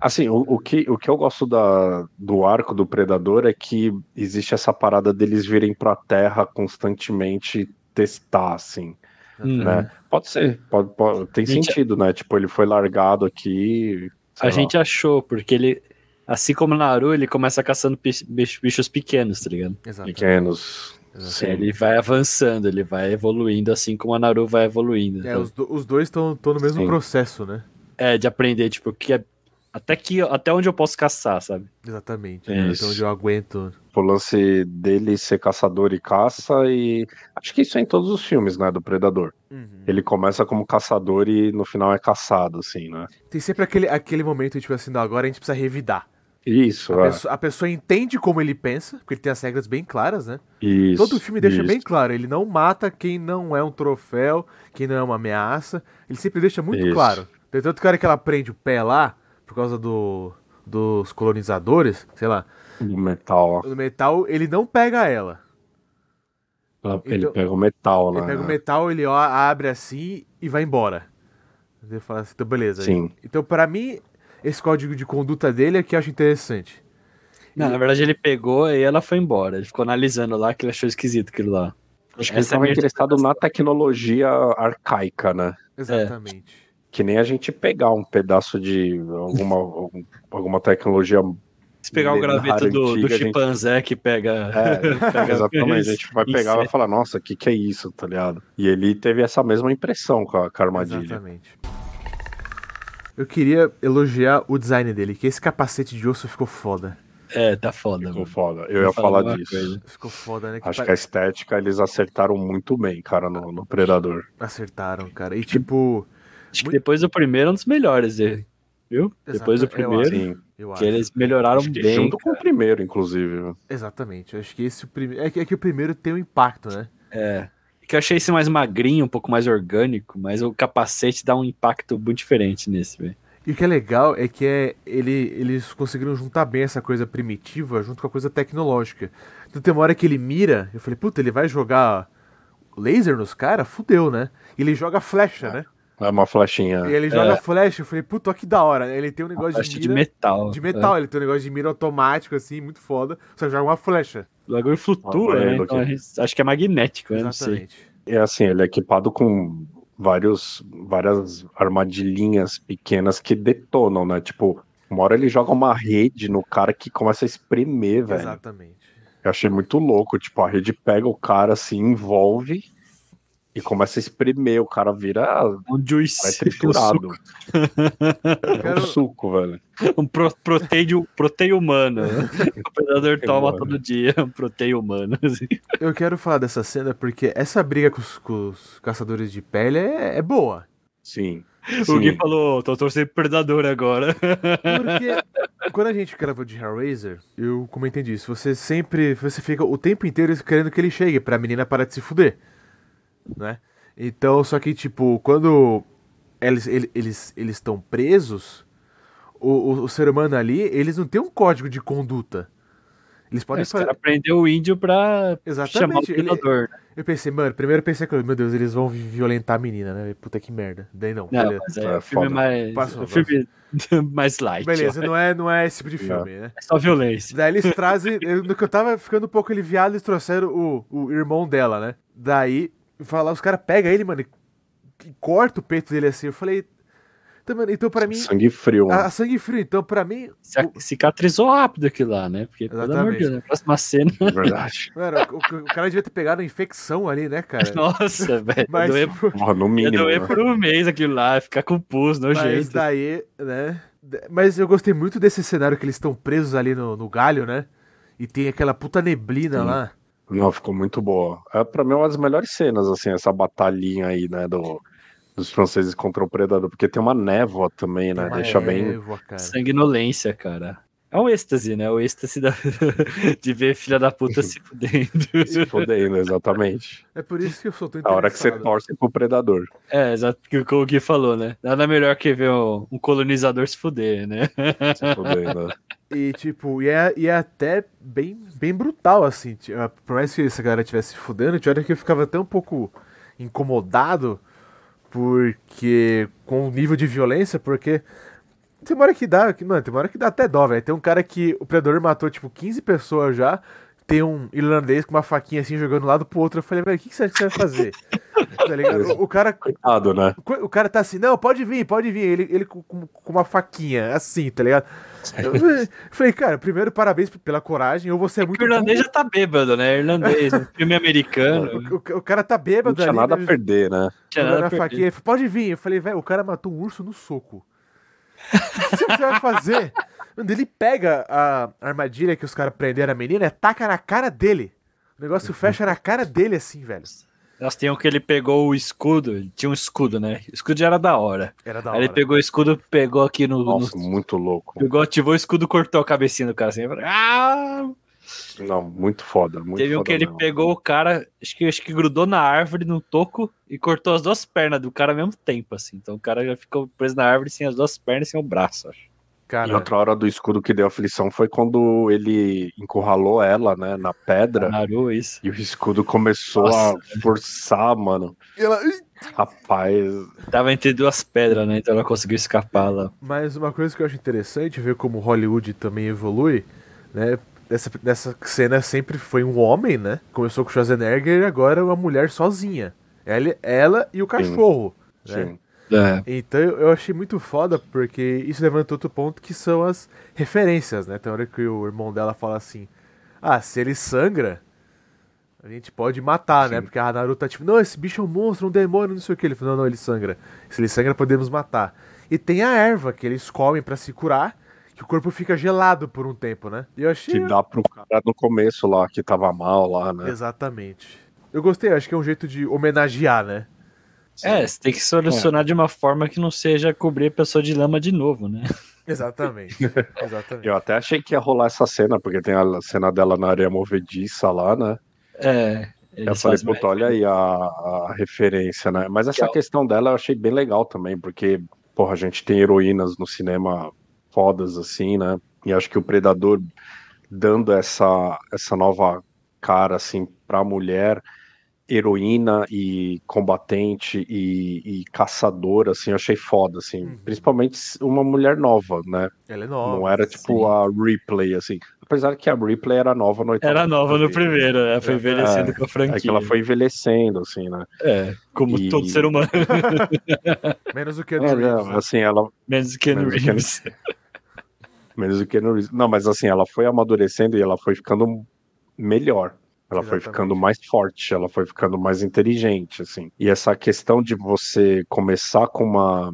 [SPEAKER 2] Assim, o, o que, o que eu gosto da, do arco do Predador é que existe essa parada deles virem pra Terra constantemente testar, assim,
[SPEAKER 3] Hum.
[SPEAKER 2] né? Pode ser, pode, pode- tem
[SPEAKER 3] Gente,
[SPEAKER 2] sentido, né? Tipo, ele foi largado aqui... sei
[SPEAKER 3] A
[SPEAKER 2] lá.
[SPEAKER 3] gente achou, porque ele, assim como o Naru, ele começa caçando pix- bicho- bichos pequenos, tá ligado?
[SPEAKER 1] Exatamente.
[SPEAKER 2] Pequenos... Sim.
[SPEAKER 3] Ele vai avançando, ele vai evoluindo, assim como a Naru vai evoluindo. Então,
[SPEAKER 1] É, os, do- os dois estão no mesmo
[SPEAKER 2] Sim.
[SPEAKER 1] processo, né?
[SPEAKER 3] É, de aprender, tipo, que é- até, que, até onde eu posso caçar, sabe?
[SPEAKER 1] Exatamente.
[SPEAKER 2] Isso.
[SPEAKER 1] né? Então onde eu aguento.
[SPEAKER 2] O lance dele ser caçador e caça e... Acho que isso é em todos os filmes, né, do Predador. Ele começa como caçador e no final é caçado, assim, né?
[SPEAKER 1] Tem sempre aquele, aquele momento, tipo assim, não, agora a gente precisa revidar.
[SPEAKER 2] Isso,
[SPEAKER 1] A,
[SPEAKER 2] é.
[SPEAKER 1] pessoa, a pessoa entende como ele pensa, porque ele tem as regras bem claras, né?
[SPEAKER 2] Isso,
[SPEAKER 1] Todo filme deixa
[SPEAKER 2] isso.
[SPEAKER 1] bem claro, ele não mata quem não é um troféu, quem não é uma ameaça. Ele sempre deixa muito
[SPEAKER 2] Isso.
[SPEAKER 1] claro. Tem tanto cara que ela prende o pé lá, por causa do, dos colonizadores, sei lá.
[SPEAKER 2] do metal.
[SPEAKER 1] No metal, ele não pega ela.
[SPEAKER 2] Ela-
[SPEAKER 1] Então-
[SPEAKER 2] ele pega o metal, né?
[SPEAKER 1] Ele pega o metal, ele ó, abre assim e vai embora. Ele fala assim, então beleza.
[SPEAKER 2] Sim.
[SPEAKER 1] Então, pra mim, esse código de conduta dele é que eu acho interessante.
[SPEAKER 3] Não, na verdade ele pegou e ela foi embora. Ele ficou analisando lá que ele achou esquisito aquilo lá.
[SPEAKER 2] Acho que ele
[SPEAKER 3] Essa é a
[SPEAKER 2] estava
[SPEAKER 3] minha
[SPEAKER 2] interessado na tecnologia arcaica, né?
[SPEAKER 1] Exatamente.
[SPEAKER 2] Que nem a gente pegar um pedaço de alguma, algum- alguma tecnologia.
[SPEAKER 3] Se pegar o
[SPEAKER 2] Milenar
[SPEAKER 3] graveto do, do
[SPEAKER 2] antiga, a gente-
[SPEAKER 3] chimpanzé que pega.
[SPEAKER 2] É,
[SPEAKER 3] pega
[SPEAKER 2] exatamente. A gente vai pegar e vai
[SPEAKER 3] inseto.
[SPEAKER 2] falar, nossa, o que, que é isso, tá ligado? E ele teve essa mesma impressão com a, com a armadilha.
[SPEAKER 1] Exatamente. Eu queria elogiar o design dele, que esse capacete de osso ficou foda.
[SPEAKER 3] É, tá foda.
[SPEAKER 2] Ficou
[SPEAKER 3] mano.
[SPEAKER 2] foda. Eu
[SPEAKER 3] Vou
[SPEAKER 2] ia
[SPEAKER 3] falar
[SPEAKER 2] falar
[SPEAKER 3] uma
[SPEAKER 2] disso.
[SPEAKER 3] coisa.
[SPEAKER 1] Ficou foda, né? Que
[SPEAKER 2] Acho
[SPEAKER 1] pa-
[SPEAKER 2] que a estética eles acertaram muito bem, cara, no, no Predador.
[SPEAKER 1] Acertaram, cara. E tipo.
[SPEAKER 3] Acho que
[SPEAKER 1] Muito-
[SPEAKER 3] depois do primeiro é um dos melhores dele. Viu?
[SPEAKER 1] Exato,
[SPEAKER 3] Depois do
[SPEAKER 1] eu
[SPEAKER 3] primeiro,
[SPEAKER 2] Sim.
[SPEAKER 1] Eu
[SPEAKER 3] que
[SPEAKER 1] acho.
[SPEAKER 3] eles melhoraram
[SPEAKER 2] Acho que
[SPEAKER 3] bem.
[SPEAKER 2] junto com o primeiro, inclusive.
[SPEAKER 1] Exatamente. Eu acho que esse o primeiro. É que, é que o primeiro tem um impacto, né?
[SPEAKER 3] É. Que eu achei esse mais magrinho, um pouco mais orgânico, mas o capacete dá um impacto muito diferente nesse, velho.
[SPEAKER 1] E o que é legal é que é, ele, eles conseguiram juntar bem essa coisa primitiva junto com a coisa tecnológica. Então tem uma hora que ele mira, eu falei, puta, ele vai jogar laser nos caras? Fudeu, né? E ele joga flecha, né?
[SPEAKER 2] É uma flechinha.
[SPEAKER 1] E ele joga flecha, eu falei, puta, ó que da hora, né? Ele tem um negócio
[SPEAKER 3] Acho
[SPEAKER 1] de
[SPEAKER 3] de
[SPEAKER 1] mira.
[SPEAKER 3] metal. né?
[SPEAKER 1] de metal, ele tem um negócio de mira automático, assim, muito foda. Só que joga uma flecha.
[SPEAKER 3] É. O bagulho flutua,
[SPEAKER 2] Ah,
[SPEAKER 3] né?
[SPEAKER 2] é,
[SPEAKER 3] Então
[SPEAKER 2] ok.
[SPEAKER 3] a gente- acho que é magnético, né? Não sei.
[SPEAKER 2] É assim, ele é equipado com vários, várias armadilhinhas pequenas que detonam, né? Tipo, uma hora ele joga uma rede no cara que começa a espremer, velho.
[SPEAKER 1] Exatamente.
[SPEAKER 2] Eu achei muito louco. Tipo, a rede pega o cara, se envolve e começa a espremer. O cara vira.
[SPEAKER 3] Um
[SPEAKER 2] Vai
[SPEAKER 3] juice.
[SPEAKER 2] triturado.
[SPEAKER 1] Eu
[SPEAKER 2] É um
[SPEAKER 1] quero-
[SPEAKER 2] suco, velho.
[SPEAKER 3] Um pro, proteio, proteio humano. o predador toma
[SPEAKER 2] humano.
[SPEAKER 3] todo dia um proteio humano. assim.
[SPEAKER 1] Eu quero falar dessa cena porque essa briga com os, com os caçadores de pele é, é boa.
[SPEAKER 2] Sim.
[SPEAKER 3] O Gui
[SPEAKER 2] Sim.
[SPEAKER 3] falou, tô torcendo pro predador agora.
[SPEAKER 1] Porque quando a gente gravou de Hellraiser, eu comentei disso. Você sempre. Você fica o tempo inteiro querendo que ele chegue pra menina parar de se fuder. Né? Então, só que, tipo, quando eles ele- eles eles estão presos, o, o- o ser humano ali, eles não têm um código de conduta. Eles podem
[SPEAKER 3] Esse
[SPEAKER 1] fazer.
[SPEAKER 3] É, cara prendeu o índio pra chamar o
[SPEAKER 1] Exatamente. ele-
[SPEAKER 3] predador. né?
[SPEAKER 1] eu pensei, mano, primeiro eu pensei que, meu Deus, eles vão vi- violentar a menina, né? Puta que merda. Daí não.
[SPEAKER 3] Não,
[SPEAKER 1] beleza.
[SPEAKER 3] mas é,
[SPEAKER 2] É,
[SPEAKER 3] o filme é
[SPEAKER 2] foda.
[SPEAKER 3] mais,
[SPEAKER 1] Passa,
[SPEAKER 3] o filme é mais light.
[SPEAKER 1] Beleza, não é, não é esse tipo de
[SPEAKER 2] Não.
[SPEAKER 1] filme, né?
[SPEAKER 3] ó. É só violência.
[SPEAKER 1] Daí eles trazem. eu- No que eu tava ficando um pouco aliviado, eles trouxeram o, o irmão dela, né? Daí, falar, os caras pegam ele, mano, e, e corta o peito dele assim. Eu falei. Então, mano, então pra mim.
[SPEAKER 2] Sangue frio.
[SPEAKER 3] Ah.
[SPEAKER 1] A, a sangue frio, então pra mim.
[SPEAKER 3] Ci- Cicatrizou rápido aquilo lá, né? Porque, pelo amor de Deus, na próxima cena.
[SPEAKER 2] na verdade.
[SPEAKER 1] Mano, o, o cara devia ter pegado uma infecção ali, né, cara?
[SPEAKER 3] Nossa, velho.
[SPEAKER 1] Mas,
[SPEAKER 3] Doeu,
[SPEAKER 1] tipo,
[SPEAKER 2] Porra, no
[SPEAKER 3] ia
[SPEAKER 2] mínimo.
[SPEAKER 3] doer
[SPEAKER 2] né?
[SPEAKER 3] por um mês aquilo lá, ficar com pus,
[SPEAKER 1] mas
[SPEAKER 3] nojento.
[SPEAKER 1] daí, né? Mas eu gostei muito desse cenário que eles estão presos ali no, no galho, né? E tem aquela puta neblina
[SPEAKER 2] Sim. né,
[SPEAKER 1] lá.
[SPEAKER 2] Não, ficou muito boa. É, pra mim é uma das melhores cenas, assim, essa batalhinha aí, né, do- dos franceses contra o Predador, porque tem uma névoa também, né,
[SPEAKER 1] Uma
[SPEAKER 2] deixa bem...
[SPEAKER 1] névoa, cara.
[SPEAKER 3] Sanguinolência, cara. É um êxtase, né? O êxtase da- de ver filha da puta se
[SPEAKER 2] Se
[SPEAKER 3] fudendo.
[SPEAKER 2] fodendo, exatamente.
[SPEAKER 1] É por isso que eu sou tão
[SPEAKER 2] A hora que você
[SPEAKER 1] interessado.
[SPEAKER 2] torce pro Predador.
[SPEAKER 3] É, exato, o que o Gui falou, né? Nada melhor que ver um, um colonizador se fuder, né?
[SPEAKER 2] Se fodendo. né.
[SPEAKER 1] E tipo, e é, e é até bem, bem brutal, assim. ti- ah, Por mais que essa galera estivesse se fudendo, tinha hora que eu ficava até um pouco incomodado porque. com o nível de violência, porque. Tem uma hora que dá, que, mano, tem uma hora que dá até dó, velho. Tem um cara que o predador matou, tipo, 15 pessoas já. Tem um irlandês com uma faquinha assim jogando de um lado pro outro. Eu falei, velho, o que, que você acha que você vai fazer? tá ligado? O- o cara
[SPEAKER 2] Coitado, né?
[SPEAKER 1] Co- O cara tá assim, não, pode vir, pode vir. Ele, ele com, com- com uma faquinha, assim, tá ligado? Eu falei, cara, primeiro parabéns p- pela coragem, ou você é muito.
[SPEAKER 3] o irlandês
[SPEAKER 1] burro,
[SPEAKER 3] já tá bêbado, né? Irlandês, um filme americano. Não
[SPEAKER 1] o, o- o cara tá
[SPEAKER 2] Não
[SPEAKER 1] bêbado
[SPEAKER 2] tinha
[SPEAKER 1] ali,
[SPEAKER 2] nada
[SPEAKER 1] né,
[SPEAKER 2] a perder, né?
[SPEAKER 3] tinha
[SPEAKER 1] jogando
[SPEAKER 3] nada a
[SPEAKER 1] a faquinha.
[SPEAKER 3] perder.
[SPEAKER 1] Ele falou, pode vir. Eu falei, velho, o cara matou um urso no soco. O que você vai fazer? Mano, ele pega a armadilha que os caras prenderam a menina e taca na cara dele. O negócio fecha na cara dele, assim, velho.
[SPEAKER 3] Nós temos que ele pegou o escudo, ele tinha um escudo, né? O escudo já era da hora.
[SPEAKER 1] Era da
[SPEAKER 3] Aí ele
[SPEAKER 1] hora.
[SPEAKER 3] pegou o escudo, pegou aqui no. no-
[SPEAKER 2] Nossa, muito louco.
[SPEAKER 3] pegou, ativou o escudo, cortou a cabecinha do cara assim. Eu falei, Ah!
[SPEAKER 2] Não, muito foda, muito
[SPEAKER 3] Teve um
[SPEAKER 2] foda
[SPEAKER 3] que ele
[SPEAKER 2] mesmo.
[SPEAKER 3] pegou o cara, acho que, acho que grudou na árvore, no toco, e cortou as duas pernas do cara ao mesmo tempo, assim. Então o cara já ficou preso na árvore sem as duas pernas e sem o braço, acho.
[SPEAKER 2] E
[SPEAKER 1] Cara,
[SPEAKER 2] outra hora do escudo que deu aflição foi quando ele encurralou ela, né, na pedra.
[SPEAKER 3] Naru, isso.
[SPEAKER 2] E o escudo começou a forçar, mano.
[SPEAKER 1] e ela...
[SPEAKER 2] Rapaz,
[SPEAKER 3] Tava entre duas pedras, né? Então ela conseguiu escapar lá.
[SPEAKER 1] Mas uma coisa que eu acho interessante ver como Hollywood também evolui, né? Essa, nessa cena sempre foi um homem, né? Começou com Schwarzenegger e agora é uma mulher sozinha. Ela, ela e o cachorro. né?
[SPEAKER 2] sim.
[SPEAKER 3] É.
[SPEAKER 1] Então eu eu achei muito foda, porque isso levanta outro ponto que são as referências, né? Tem hora que o irmão dela fala assim: Ah, se ele sangra, a gente pode matar, né?
[SPEAKER 2] Sim.
[SPEAKER 1] Porque a Naruto tá tipo: Não, esse bicho é um monstro, um demônio, não sei o que. Ele fala: Não, não, ele sangra. Se ele sangra, podemos matar. E tem a erva que eles comem pra se curar, que o corpo fica gelado por um tempo, né? E eu achei.
[SPEAKER 2] Que dá pro cara no começo lá, que tava mal lá, né?
[SPEAKER 1] Exatamente. Eu gostei, acho que é um jeito de homenagear, né?
[SPEAKER 3] É, você tem que solucionar de uma forma que não seja cobrir a pessoa de lama de novo, né?
[SPEAKER 1] Exatamente. Exatamente.
[SPEAKER 2] Eu até achei que ia rolar essa cena, porque tem a cena dela na areia movediça lá, né?
[SPEAKER 3] É.
[SPEAKER 2] Eu
[SPEAKER 3] eles
[SPEAKER 2] falei,
[SPEAKER 3] fazem-
[SPEAKER 2] puta, olha aí a, a referência, né? Mas essa
[SPEAKER 3] Que é o-
[SPEAKER 2] questão dela eu achei bem legal também, porque, porra, a gente tem heroínas no cinema fodas, assim, né? E acho que o Predador dando essa, essa nova cara, assim, pra mulher heroína e combatente e, e caçadora, assim, eu achei foda, assim.
[SPEAKER 1] Uhum.
[SPEAKER 2] Principalmente uma mulher nova, né?
[SPEAKER 1] Ela é nova.
[SPEAKER 2] Não era, tipo,
[SPEAKER 3] sim.
[SPEAKER 2] a Ripley, assim. Apesar que a Ripley era nova no oitavo
[SPEAKER 3] Era nova no
[SPEAKER 2] filme. né?
[SPEAKER 3] primeiro, ela foi
[SPEAKER 1] É,
[SPEAKER 3] envelhecendo com a franquia.
[SPEAKER 2] É que ela foi envelhecendo, assim, né?
[SPEAKER 3] É, como
[SPEAKER 2] E-
[SPEAKER 3] todo ser humano,
[SPEAKER 1] Menos o que a
[SPEAKER 2] É,
[SPEAKER 1] Dreams,
[SPEAKER 2] não,
[SPEAKER 1] né?
[SPEAKER 2] assim, ela.
[SPEAKER 3] menos que no
[SPEAKER 2] Menos o Keanu.
[SPEAKER 3] Reeves.
[SPEAKER 2] Menos o Keanu Reeves. Não, mas assim, ela foi amadurecendo e ela foi ficando melhor. Ela foi
[SPEAKER 1] Exatamente.
[SPEAKER 2] ficando mais forte, ela foi ficando mais inteligente, assim. E essa questão de você começar com uma,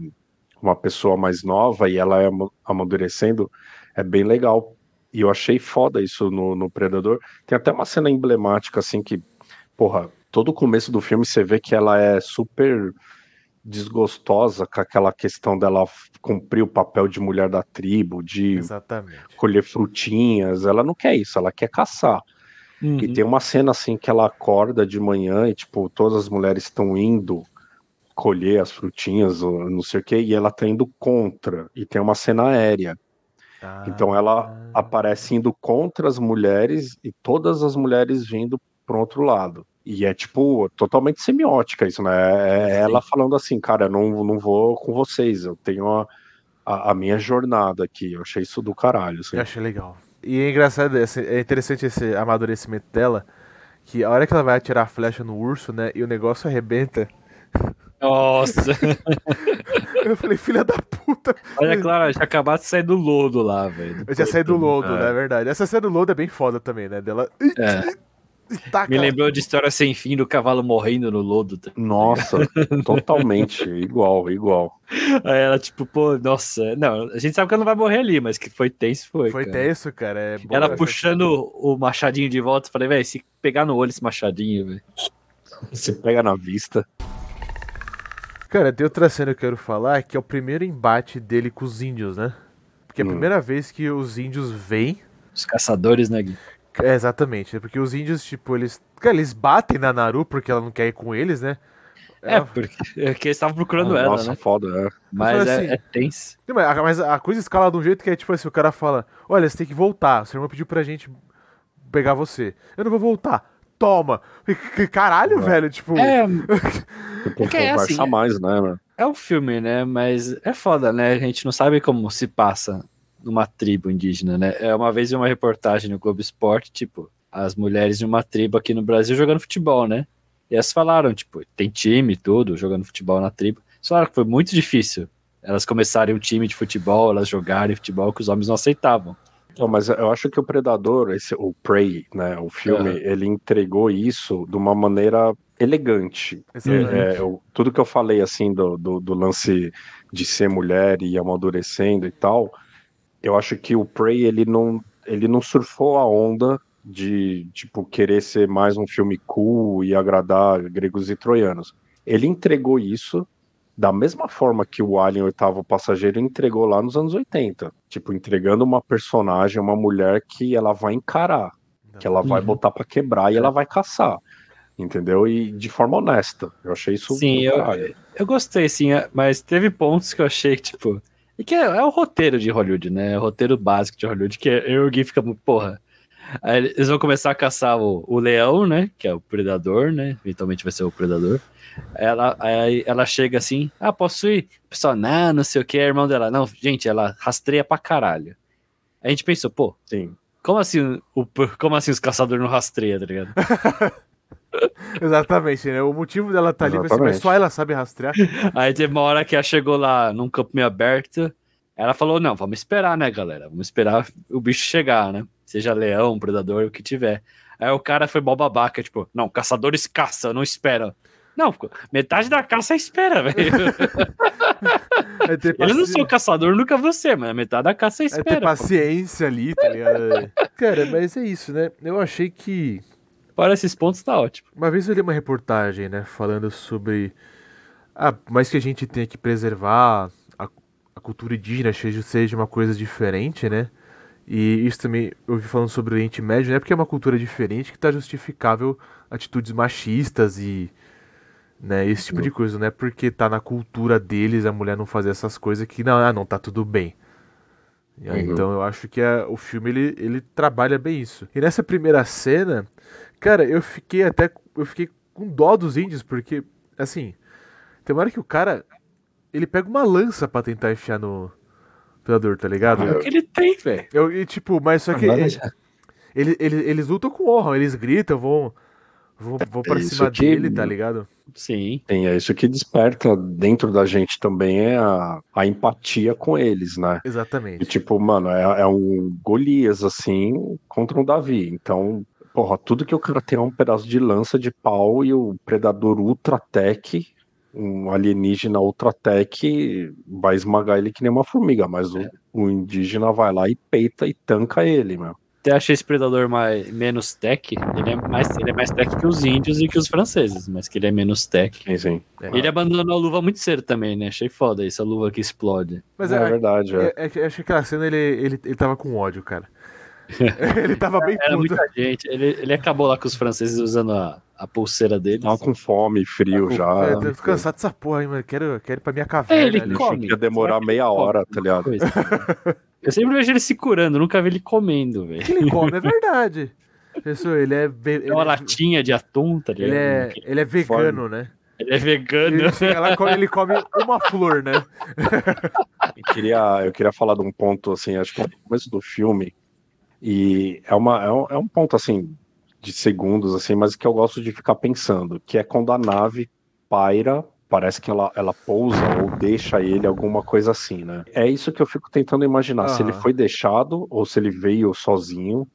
[SPEAKER 2] uma pessoa mais nova e ela é ama- amadurecendo é bem legal. E eu achei foda isso no, no Predador. Tem até uma cena emblemática, assim, que, porra, todo o começo do filme você vê que ela é super desgostosa com aquela questão dela f- cumprir o papel de mulher da tribo, de
[SPEAKER 1] Exatamente.
[SPEAKER 2] colher frutinhas. Ela não quer isso, ela quer caçar.
[SPEAKER 3] Uhum.
[SPEAKER 2] E tem uma cena assim que ela acorda de manhã e, tipo, todas as mulheres estão indo colher as frutinhas, ou não sei o quê, e ela tá indo contra. E tem uma cena aérea.
[SPEAKER 1] Ah,
[SPEAKER 2] Então ela aparece indo contra as mulheres e todas as mulheres vindo pro outro lado. E é tipo totalmente semiótica isso, né? É
[SPEAKER 3] Sim.
[SPEAKER 2] ela falando assim, cara, eu não, não vou com vocês, eu tenho a, a, a minha jornada aqui. Eu achei isso do caralho. assim.
[SPEAKER 1] Eu achei legal. E é engraçado, esse- é interessante esse amadurecimento dela, que a hora que ela vai atirar a flecha no urso, né, e o negócio arrebenta,
[SPEAKER 2] um
[SPEAKER 3] Nossa,
[SPEAKER 1] eu falei, filha da puta,
[SPEAKER 3] olha, claro, eu tinha acabado de sair do lodo lá, velho.
[SPEAKER 1] eu já saí do lodo,
[SPEAKER 2] É.
[SPEAKER 1] né, é verdade. Essa cena do lodo é bem foda também, né, dela...
[SPEAKER 3] É.
[SPEAKER 1] Taca.
[SPEAKER 3] Me lembrou de história sem fim do cavalo morrendo no lodo.
[SPEAKER 2] Nossa, totalmente igual, igual.
[SPEAKER 3] Aí ela, tipo, pô, nossa. Não, a gente sabe que ela não vai morrer ali, mas que foi tenso, foi.
[SPEAKER 1] Foi
[SPEAKER 3] cara.
[SPEAKER 1] tenso, cara. É bom,
[SPEAKER 3] Ela
[SPEAKER 1] né?
[SPEAKER 3] puxando o machadinho de volta, eu falei, velho, se pegar no olho esse machadinho, velho.
[SPEAKER 2] Você pega na vista.
[SPEAKER 1] Cara, tem outra cena que eu quero falar, que é o primeiro embate dele com os índios, né? Porque é a
[SPEAKER 2] Hum.
[SPEAKER 1] primeira vez que os índios vêm
[SPEAKER 3] Os caçadores, né? Gui?
[SPEAKER 1] É, exatamente, é porque os índios, tipo, eles. Cara, eles batem na Naru porque ela não quer ir com eles, né?
[SPEAKER 3] É,
[SPEAKER 1] Ela-
[SPEAKER 3] porque, é porque eles estavam procurando ela,
[SPEAKER 2] Nossa,
[SPEAKER 3] né?
[SPEAKER 2] foda, é.
[SPEAKER 3] Mas é,
[SPEAKER 1] assim-
[SPEAKER 3] é tenso.
[SPEAKER 1] Não, Mas a, mas a coisa escala de um jeito que é tipo assim: o cara fala, olha, você tem que voltar, seu irmão pediu pra gente pegar você. Eu não vou voltar. Toma! E c- Caralho,
[SPEAKER 2] Ué.
[SPEAKER 1] velho, tipo.
[SPEAKER 3] É,
[SPEAKER 2] Tipo,
[SPEAKER 3] Porque é
[SPEAKER 2] conversa
[SPEAKER 3] assim, é.
[SPEAKER 2] mais, né? mano?
[SPEAKER 3] é um filme, né? Mas é foda, né? A gente não sabe como se passa numa tribo indígena, né? É uma vez vi uma reportagem no Globo Esporte, tipo, as mulheres de uma tribo aqui no Brasil jogando futebol, né? E elas falaram, tipo, tem time e tudo, jogando futebol na tribo. Elas falaram que foi muito difícil. Elas começarem um time de futebol, elas jogarem futebol que os homens não aceitavam.
[SPEAKER 2] Não, Então, mas eu acho que o Predador, esse, o Prey, né? O filme,
[SPEAKER 3] Aham.
[SPEAKER 2] ele entregou isso de uma maneira elegante.
[SPEAKER 1] exatamente.
[SPEAKER 2] É, eu- tudo que eu falei assim do, do, do lance de ser mulher e amadurecendo e tal, eu acho que o Prey ele não, ele não surfou a onda de tipo querer ser mais um filme cool e agradar gregos e troianos. Ele entregou isso da mesma forma que o Alien Oitavo Passageiro entregou lá nos anos 80, tipo entregando uma personagem, uma mulher que ela vai encarar que ela vai
[SPEAKER 3] Uhum.
[SPEAKER 2] botar pra quebrar e ela vai caçar. Entendeu? E de forma honesta. Eu achei isso
[SPEAKER 3] Sim,
[SPEAKER 2] do
[SPEAKER 3] eu-
[SPEAKER 2] caralho.
[SPEAKER 3] Eu gostei, sim, é- mas teve pontos que eu achei que, tipo. E que é, é o roteiro de Hollywood, né? É o roteiro básico de Hollywood, que eu e o Gui fica muito, porra. Aí eles vão começar a caçar o, o leão, né? Que é o predador, né? Eventualmente vai ser o predador. Ela, aí ela chega assim, ah, posso ir? O pessoal, não, não sei o que, é irmão dela. Não, gente, ela rastreia pra caralho. Aí A gente pensou, pô,
[SPEAKER 2] Sim.
[SPEAKER 3] como assim, o, como assim os caçadores não rastreiam, tá ligado?
[SPEAKER 1] Exatamente, né? O motivo dela tá ali vai ser, mas só ela sabe rastrear.
[SPEAKER 3] Aí teve uma hora que ela chegou lá num campo meio aberto. Ela falou: não, vamos esperar, né, galera? Vamos esperar o bicho chegar, né? Seja leão, predador, o que tiver. Aí o cara foi mó babaca, tipo, não, caçadores caçam, não esperam. Não, metade da caça é espera, velho. É ter paci... Eu não sou caçador, nunca vou ser, mas metade da caça é espera. É ter
[SPEAKER 1] paciência pô. ali, tá ligado? Cara, mas é isso, né? Eu achei que.
[SPEAKER 3] Para esses pontos tá ótimo.
[SPEAKER 1] Uma vez eu li uma reportagem, né, falando sobre. Ah, mas que a gente tem que preservar a, a cultura indígena, seja uma coisa diferente, né? E isso também eu vi falando sobre o Oriente Médio, né? Porque é uma cultura diferente que tá justificável atitudes machistas e né? Esse tipo de coisa, não é porque tá na cultura deles a mulher não fazer essas coisas que não, ah, não tá tudo bem. Uhum. Então eu acho que a, o filme ele, ele trabalha bem isso. E nessa primeira cena, cara, eu fiquei até eu fiquei com dó dos índios porque assim, tem uma hora que o cara ele pega uma lança para tentar enfiar no predador, tá ligado?
[SPEAKER 3] É o que ele tem, velho.
[SPEAKER 1] E tipo, mas só que ele, ele, ele, eles lutam com honra, eles gritam, vão Vou, vou pra é cima que, dele, tá ligado?
[SPEAKER 3] Sim.
[SPEAKER 2] Sim, é isso que desperta dentro da gente também é a, a empatia com eles, né?
[SPEAKER 1] Exatamente.
[SPEAKER 2] E, tipo, mano, é, é, um Golias, assim, contra um Davi. Então, porra, tudo que o cara tem é um pedaço de lança de pau e o predador ultra-tech, um alienígena ultra-tech, vai esmagar ele que nem uma formiga, mas é. o, o indígena vai lá e peita e tanca ele, mano
[SPEAKER 3] até achei esse predador mais, menos tech. Ele é mais, ele é mais tech que os índios e que os franceses, mas que ele é menos tech.
[SPEAKER 2] Sim, sim.
[SPEAKER 3] É. Ele abandonou a luva muito cedo também, né? Achei foda essa luva que explode.
[SPEAKER 1] Mas é, é verdade, é. é. é, achei que aquela cena ele, ele, ele tava com ódio, cara. ele tava bem
[SPEAKER 3] Era puto. muita gente. Ele, ele acabou lá com os franceses usando a, a pulseira dele. assim,
[SPEAKER 2] Tava com fome, frio com, já. É,
[SPEAKER 1] tô cansado dessa porra, hein, mano. Quero, quero ir pra minha caverna.
[SPEAKER 2] ele ali. come. Ia demorar meia hora, tá ligado? Coisa.
[SPEAKER 3] Eu sempre vejo ele se curando, nunca vi ele comendo, velho.
[SPEAKER 1] Ele come, é verdade. Pessoal, ele é.
[SPEAKER 3] Ele é uma latinha de atum, tá ligado?
[SPEAKER 1] Ele é, ele é vegano, né?
[SPEAKER 3] Ele é vegano.
[SPEAKER 1] Ele chega lá ele come uma flor, né?
[SPEAKER 2] Eu queria, eu queria falar de um ponto, assim, acho que no começo do filme. E é, uma, é, um, é um ponto, assim, de segundos, assim, mas que eu gosto de ficar pensando, que é quando a nave paira parece que ela, ela pousa ou deixa ele, alguma coisa assim, né? É isso que eu fico tentando imaginar, ah. se ele foi deixado ou se ele veio sozinho.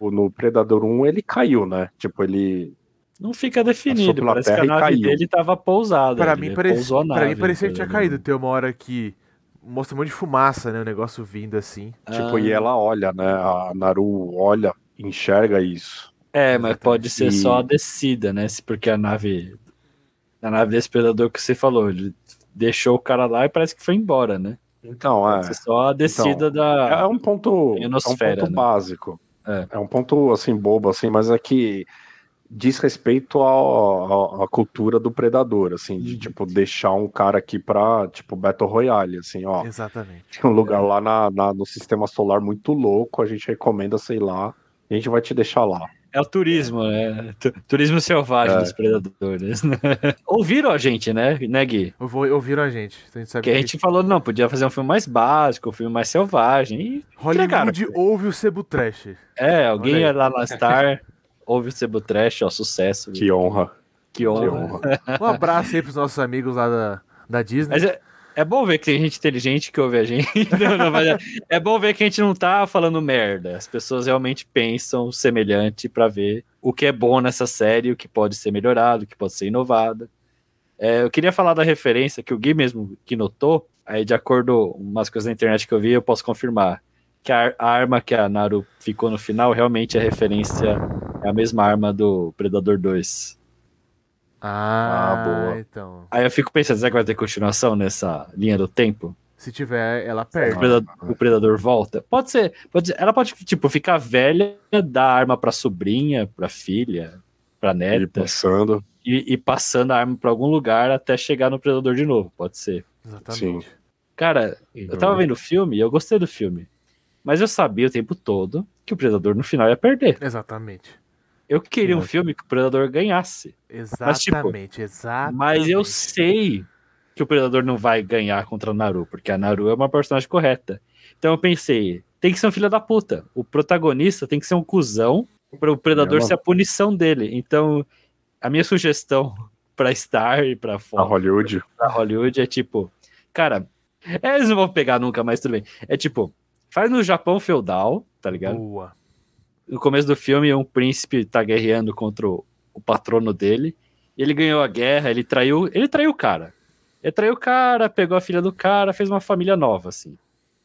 [SPEAKER 2] Ou no Predador 1 ele caiu, né? Tipo, ele...
[SPEAKER 3] Não fica definido, parece que a nave caiu. dele tava pousada.
[SPEAKER 1] Pra mim, parece, nave, pra mim parecia que
[SPEAKER 3] né?
[SPEAKER 1] tinha caído, tem uma hora que mostra um monte de fumaça, né? O negócio vindo assim.
[SPEAKER 2] Tipo, ah. e ela olha, né? A Naru olha, enxerga isso.
[SPEAKER 3] É, mas pode ser e... só a descida, né? Porque a nave na nave desse predador que você falou. Ele deixou o cara lá e parece que foi embora, né?
[SPEAKER 2] Então, é.
[SPEAKER 3] Só a descida então, da.
[SPEAKER 2] É um ponto, é um ponto né? básico. É. é. um ponto, assim, bobo, assim, mas é que diz respeito à cultura do predador, assim, de, hum. tipo, deixar um cara aqui pra, tipo, Battle Royale, assim, ó.
[SPEAKER 1] Exatamente.
[SPEAKER 2] Tem um lugar é. lá na, na, no sistema solar muito louco, a gente recomenda, sei lá, a gente vai te deixar lá.
[SPEAKER 3] É o turismo, né? Turismo selvagem é. dos predadores. Né? Ouviram a gente, né, né Gui?
[SPEAKER 1] Ouviram a gente. Então a gente
[SPEAKER 3] sabe que, que a gente falou, não, podia fazer um filme mais básico, um filme mais selvagem. E
[SPEAKER 1] Hollywood entregaram. ouve o Sebo Trash.
[SPEAKER 3] É, alguém ia lá na Star, ouve o Sebo Trash, ó, sucesso.
[SPEAKER 2] Que honra.
[SPEAKER 3] que honra. Que honra.
[SPEAKER 1] um abraço aí pros nossos amigos lá da, da Disney.
[SPEAKER 3] É bom ver que tem gente inteligente que ouve a gente. Não, não, é, é bom ver que a gente não tá falando merda. As pessoas realmente pensam semelhante para ver o que é bom nessa série, o que pode ser melhorado, o que pode ser inovado. É, eu queria falar da referência que o Gui mesmo que notou, aí de acordo com umas coisas na internet que eu vi, eu posso confirmar que a, a arma que a Naru ficou no final realmente é referência é a mesma arma do Predador 2.
[SPEAKER 1] Ah, ah, boa. Então.
[SPEAKER 3] Aí eu fico pensando, será que vai ter continuação nessa linha do tempo?
[SPEAKER 1] Se tiver, ela
[SPEAKER 2] É,
[SPEAKER 1] perde.
[SPEAKER 3] O predador, o predador volta. Pode ser, pode ser, Ela pode, tipo, ficar velha, dar arma pra sobrinha, pra filha, pra neta.
[SPEAKER 2] é
[SPEAKER 3] E
[SPEAKER 2] passando.
[SPEAKER 3] E, e passando a arma pra algum lugar até chegar no predador de novo. Pode ser.
[SPEAKER 1] Exatamente. Sim.
[SPEAKER 3] Cara, eu
[SPEAKER 1] Uhum.
[SPEAKER 3] tava vendo o filme e eu gostei do filme. Mas eu sabia o tempo todo que o predador no final ia perder.
[SPEAKER 1] Exatamente.
[SPEAKER 3] Eu queria Exato. um filme que o Predador ganhasse.
[SPEAKER 1] Exatamente, mas, tipo, exatamente.
[SPEAKER 3] Mas eu sei que o Predador não vai ganhar contra a Naru, porque a Naru é uma personagem correta. Então eu pensei, tem que ser um filho da puta. O protagonista tem que ser um cusão para o Predador é uma... ser a punição dele. Então a minha sugestão pra Star e pra
[SPEAKER 2] A
[SPEAKER 3] Fox,
[SPEAKER 2] Hollywood.
[SPEAKER 3] pra Hollywood é tipo, cara, é, eles não vão pegar nunca, mas tudo bem. É tipo, faz no Japão feudal, tá ligado?
[SPEAKER 1] Boa.
[SPEAKER 3] No começo do filme, um príncipe tá guerreando contra o, o patrono dele. E ele ganhou a guerra, ele traiu, ele traiu o cara. Ele traiu o cara, pegou a filha do cara, fez uma família nova, assim.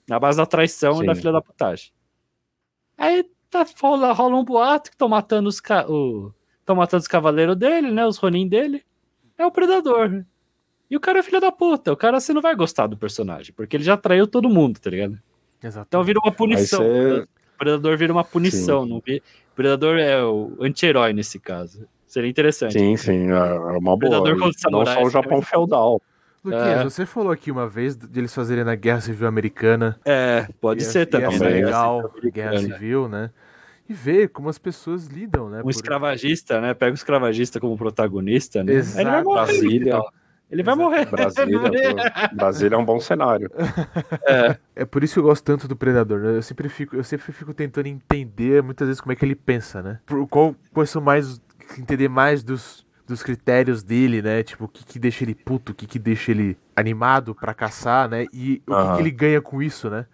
[SPEAKER 3] Na base da traição e
[SPEAKER 2] Sim.
[SPEAKER 3] da filha da putagem. Aí tá, rola, rola um boato que estão matando os ca- o, tão matando os cavaleiros dele, né? Os Ronin dele. É o predador. E o cara é filho da puta. O cara você não vai gostar do personagem, porque ele já traiu todo mundo, tá ligado?
[SPEAKER 1] Exato.
[SPEAKER 3] Então vira uma
[SPEAKER 2] Aí
[SPEAKER 3] punição.
[SPEAKER 2] você.
[SPEAKER 3] O Predador vira uma punição. Não vi... O Predador é o anti-herói nesse caso. Seria interessante.
[SPEAKER 2] Sim, sim, é uma boa.
[SPEAKER 3] Predador contra né?
[SPEAKER 2] E Não só
[SPEAKER 3] samurai,
[SPEAKER 2] o Japão
[SPEAKER 3] sabe?
[SPEAKER 2] feudal.
[SPEAKER 1] Luquinhas,
[SPEAKER 3] É.
[SPEAKER 1] você falou aqui uma vez de eles fazerem na Guerra Civil Americana.
[SPEAKER 3] É, pode
[SPEAKER 1] E
[SPEAKER 3] ser
[SPEAKER 1] essa- e
[SPEAKER 3] também.
[SPEAKER 1] Essa é
[SPEAKER 2] né?
[SPEAKER 1] legal,
[SPEAKER 3] Guerra Civil
[SPEAKER 1] Guerra
[SPEAKER 3] Americana.
[SPEAKER 1] Civil, né? E ver como as pessoas lidam, né?
[SPEAKER 3] Um
[SPEAKER 1] por-
[SPEAKER 3] escravagista, né? Pega o escravagista como protagonista, né?
[SPEAKER 1] Exato.
[SPEAKER 3] Ele vai morrer.
[SPEAKER 2] Brasília.
[SPEAKER 3] então. Ele vai
[SPEAKER 1] Exato.
[SPEAKER 3] morrer.
[SPEAKER 2] Brasília, pô, Brasília é um bom cenário.
[SPEAKER 1] É por isso que eu gosto tanto do Predador, né? Eu sempre fico, eu sempre fico tentando entender muitas vezes como é que ele pensa, né? Por, qual, quais são mais. Entender mais dos, dos critérios dele, né? Tipo, o que, que deixa ele puto, o que, que deixa ele animado pra caçar, né? E o que,
[SPEAKER 2] Aham.
[SPEAKER 1] que ele ganha com isso, né?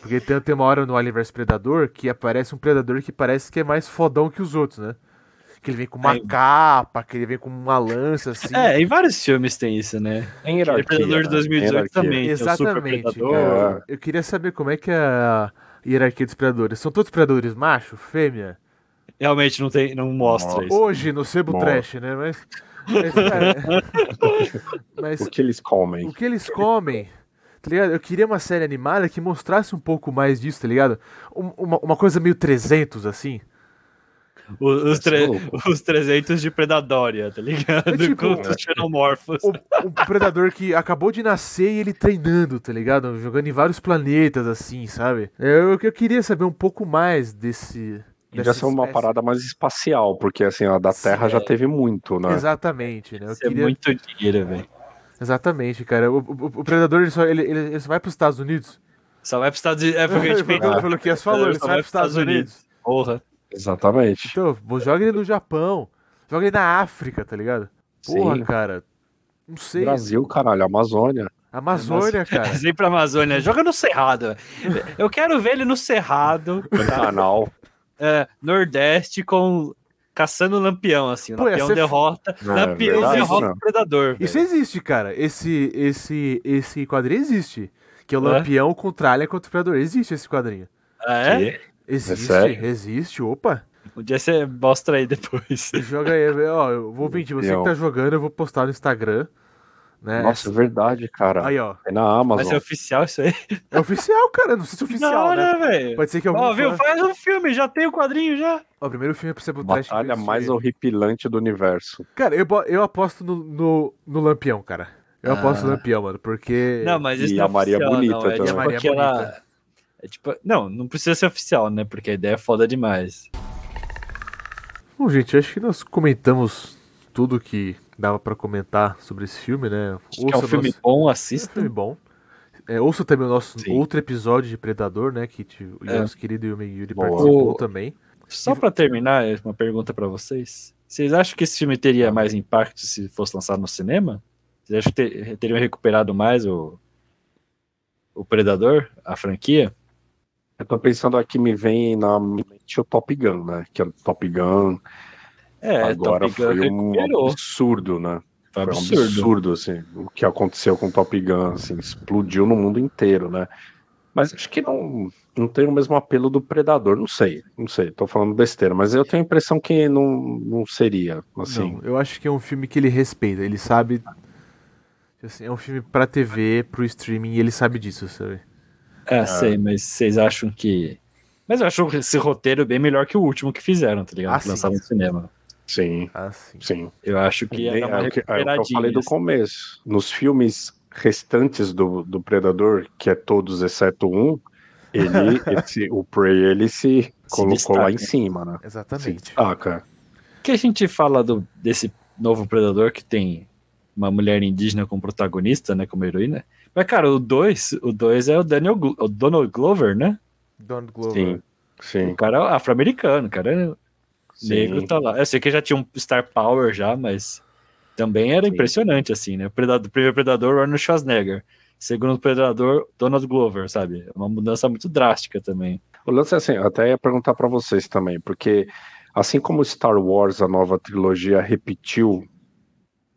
[SPEAKER 1] Porque tem, tem uma hora no Alien vs Predador que aparece um predador que parece que é mais fodão que os outros, né? Que ele vem com uma
[SPEAKER 3] É.
[SPEAKER 1] capa, que ele vem com uma lança, assim.
[SPEAKER 3] É, em vários filmes tem isso, né?
[SPEAKER 2] Tem
[SPEAKER 3] O
[SPEAKER 2] hierarquia.
[SPEAKER 3] Predador de
[SPEAKER 2] né?
[SPEAKER 3] 2018
[SPEAKER 2] Hierarquia.
[SPEAKER 3] também. tem o Super
[SPEAKER 1] Exatamente.
[SPEAKER 3] Predador.
[SPEAKER 1] cara.
[SPEAKER 2] É.
[SPEAKER 1] Eu queria saber como é que é a hierarquia dos predadores. São todos predadores macho, fêmea?
[SPEAKER 3] Realmente não, tem, não mostra isso.
[SPEAKER 1] Hoje no sebo
[SPEAKER 2] Bom.
[SPEAKER 1] trash, né? Mas, mas, cara, mas
[SPEAKER 2] O que eles comem?
[SPEAKER 1] o que eles comem? Tá ligado? Eu queria uma série animada que mostrasse um pouco mais disso, tá ligado? Um- uma, uma coisa meio 300, assim.
[SPEAKER 3] O- Os, tre-
[SPEAKER 2] louco.
[SPEAKER 3] os 300 de Predadória, tá ligado?
[SPEAKER 1] É tipo-
[SPEAKER 3] Contra os xenomorfos.
[SPEAKER 1] Um, um predador que acabou de nascer e ele treinando, tá ligado? Jogando em vários planetas, assim, sabe? Eu, eu queria saber um pouco mais desse.
[SPEAKER 2] Podia
[SPEAKER 1] dessa
[SPEAKER 2] ser uma
[SPEAKER 1] espécie.
[SPEAKER 2] parada mais espacial, porque assim, a da
[SPEAKER 1] Sim,
[SPEAKER 2] Terra já
[SPEAKER 3] é.
[SPEAKER 2] teve muito, né?
[SPEAKER 1] Exatamente, né? Eu
[SPEAKER 3] Isso é
[SPEAKER 1] queria-
[SPEAKER 3] muito dinheiro, velho.
[SPEAKER 1] Exatamente, cara. O, o- o Predador ele só, ele, ele, ele só vai pros Estados Unidos.
[SPEAKER 3] Só vai pros Estados Unidos. É porque a gente
[SPEAKER 1] Foi o que
[SPEAKER 3] pensa,
[SPEAKER 1] o Luquinhas falou, ele só vai pros Estados Unidos.
[SPEAKER 3] porra.
[SPEAKER 2] Exatamente.
[SPEAKER 1] Então, pô, joga ele no Japão, joga ele na África, tá ligado? Porra,
[SPEAKER 2] Sim.
[SPEAKER 1] cara. Não sei.
[SPEAKER 2] Brasil, caralho, Amazônia.
[SPEAKER 1] Amazônia, cara.
[SPEAKER 3] Vem Assim pra Amazônia, joga no Cerrado. Eu quero ver ele no Cerrado, tá?
[SPEAKER 2] Canal.
[SPEAKER 3] é, Nordeste, com caçando lampião, assim. O
[SPEAKER 1] Pô, ia
[SPEAKER 3] lampião
[SPEAKER 1] ser f- É,
[SPEAKER 3] derrota. lampião
[SPEAKER 1] verdade,
[SPEAKER 3] derrota
[SPEAKER 2] né?
[SPEAKER 3] o predador.
[SPEAKER 1] Isso
[SPEAKER 3] velho.
[SPEAKER 1] existe, cara. Esse, esse, esse quadrinho existe. Que é o
[SPEAKER 3] É?
[SPEAKER 1] Lampião contra Alien contra o Predador. Existe esse quadrinho.
[SPEAKER 3] Ah, é?
[SPEAKER 2] Que?
[SPEAKER 1] Existe,
[SPEAKER 2] sério?
[SPEAKER 1] existe, opa.
[SPEAKER 3] Um dia você mostra aí depois.
[SPEAKER 2] Tá
[SPEAKER 1] Joga aí, ó. Eu vou pedir, você que
[SPEAKER 2] Lampião.
[SPEAKER 1] tá jogando, eu vou postar no Instagram. Né?
[SPEAKER 2] Nossa, é verdade, cara.
[SPEAKER 1] Aí, ó.
[SPEAKER 2] É na
[SPEAKER 3] Vai
[SPEAKER 2] Amazon.
[SPEAKER 3] ser oficial isso aí?
[SPEAKER 1] É oficial, cara. Não sei se é
[SPEAKER 3] Da
[SPEAKER 1] oficial, né?
[SPEAKER 3] hora, velho.
[SPEAKER 1] Pode ser que algum
[SPEAKER 3] Ó, viu?
[SPEAKER 1] fã-
[SPEAKER 3] Faz um filme, já tem o quadrinho já.
[SPEAKER 1] Ó, o primeiro filme é pra ser pro trash.
[SPEAKER 2] Batalha
[SPEAKER 1] que eu
[SPEAKER 2] mais
[SPEAKER 1] assisti.
[SPEAKER 2] horripilante do universo.
[SPEAKER 1] Cara, eu, bo- eu aposto no, no, no Lampião, cara. Eu aposto no
[SPEAKER 3] Ah.
[SPEAKER 1] Lampião, mano, porque.
[SPEAKER 3] Não, mas isso
[SPEAKER 2] E
[SPEAKER 3] não
[SPEAKER 2] a Maria
[SPEAKER 3] oficial,
[SPEAKER 2] Bonita
[SPEAKER 3] não. É
[SPEAKER 2] também.
[SPEAKER 3] tipo
[SPEAKER 1] E a É. Maria
[SPEAKER 3] aquela-
[SPEAKER 1] Bonita.
[SPEAKER 3] é tipo- Não, não precisa ser oficial, né? Porque a ideia é foda demais.
[SPEAKER 1] Bom, gente, acho que nós comentamos tudo que dava pra comentar sobre esse filme, né?
[SPEAKER 3] Acho que é um
[SPEAKER 1] o
[SPEAKER 3] filme
[SPEAKER 1] nosso...
[SPEAKER 3] bom,
[SPEAKER 1] é um
[SPEAKER 3] assista.
[SPEAKER 1] filme bom. É, ouça também o nosso
[SPEAKER 2] Sim.
[SPEAKER 1] outro episódio de Predador, né? Que te- o
[SPEAKER 3] É.
[SPEAKER 1] nosso querido Yumi Yuri
[SPEAKER 2] Boa.
[SPEAKER 1] participou
[SPEAKER 3] O-
[SPEAKER 1] também.
[SPEAKER 3] Só pra terminar, é uma pergunta pra vocês. Vocês acham que esse filme
[SPEAKER 2] Tá.
[SPEAKER 3] teria mais impacto se fosse lançado no cinema? Vocês acham que ter- teriam recuperado mais o, o Predador, a franquia?
[SPEAKER 2] Eu tô pensando aqui, me vem na mente o Top Gun, né? Que o Top Gun
[SPEAKER 3] É,
[SPEAKER 2] agora
[SPEAKER 3] Top Gun
[SPEAKER 2] foi um
[SPEAKER 3] recuperou.
[SPEAKER 2] absurdo, né?
[SPEAKER 3] Foi
[SPEAKER 2] Foi um
[SPEAKER 3] absurdo.
[SPEAKER 2] absurdo, assim, o que aconteceu com Top Gun, assim, explodiu no mundo inteiro, né? Mas acho que não, não tem o mesmo apelo do Predador, não sei, não sei, tô falando besteira, mas eu tenho a impressão que não, não seria, assim.
[SPEAKER 1] Não, eu acho que é um filme que ele respeita, ele sabe. assim, é um filme pra TV, pro streaming, e ele sabe disso, sabe?
[SPEAKER 3] É, sei, mas vocês acham que. Mas eu acho esse roteiro bem melhor que o último que fizeram, tá ligado?
[SPEAKER 1] Ah,
[SPEAKER 3] que
[SPEAKER 1] sim.
[SPEAKER 3] lançaram no cinema.
[SPEAKER 2] Sim,
[SPEAKER 1] Ah, sim.
[SPEAKER 2] sim.
[SPEAKER 3] Eu acho que
[SPEAKER 2] Nem-
[SPEAKER 3] era uma
[SPEAKER 2] é o que, é o que eu
[SPEAKER 3] recuperadinha.
[SPEAKER 2] falei do
[SPEAKER 3] assim.
[SPEAKER 2] começo. Nos filmes restantes do, do Predador, que é todos exceto um, ele, esse, o Prey, ele se, colocou lá em
[SPEAKER 3] destaca.
[SPEAKER 2] cima, né? Se
[SPEAKER 1] Exatamente.
[SPEAKER 2] destaca.
[SPEAKER 3] O que a gente fala do, desse novo Predador que tem uma mulher indígena como protagonista, né, como heroína? Mas, cara, o 2, o 2 é o Daniel, Glo- o Donald Glover, né?
[SPEAKER 1] Donald Glover.
[SPEAKER 2] Sim,
[SPEAKER 3] O
[SPEAKER 2] sim,
[SPEAKER 3] cara é afro-americano, o cara é
[SPEAKER 2] Sim.
[SPEAKER 3] Negro tá lá. Eu sei que já tinha um Star Power já, mas também era
[SPEAKER 2] Sim.
[SPEAKER 3] impressionante, assim, né? O Predador- primeiro Predador, Arnold Schwarzenegger. Segundo Predador, Donald Glover, sabe? É Uma mudança muito drástica também.
[SPEAKER 2] O lance é assim, eu até ia perguntar pra vocês também, porque assim como Star Wars, a nova trilogia, repetiu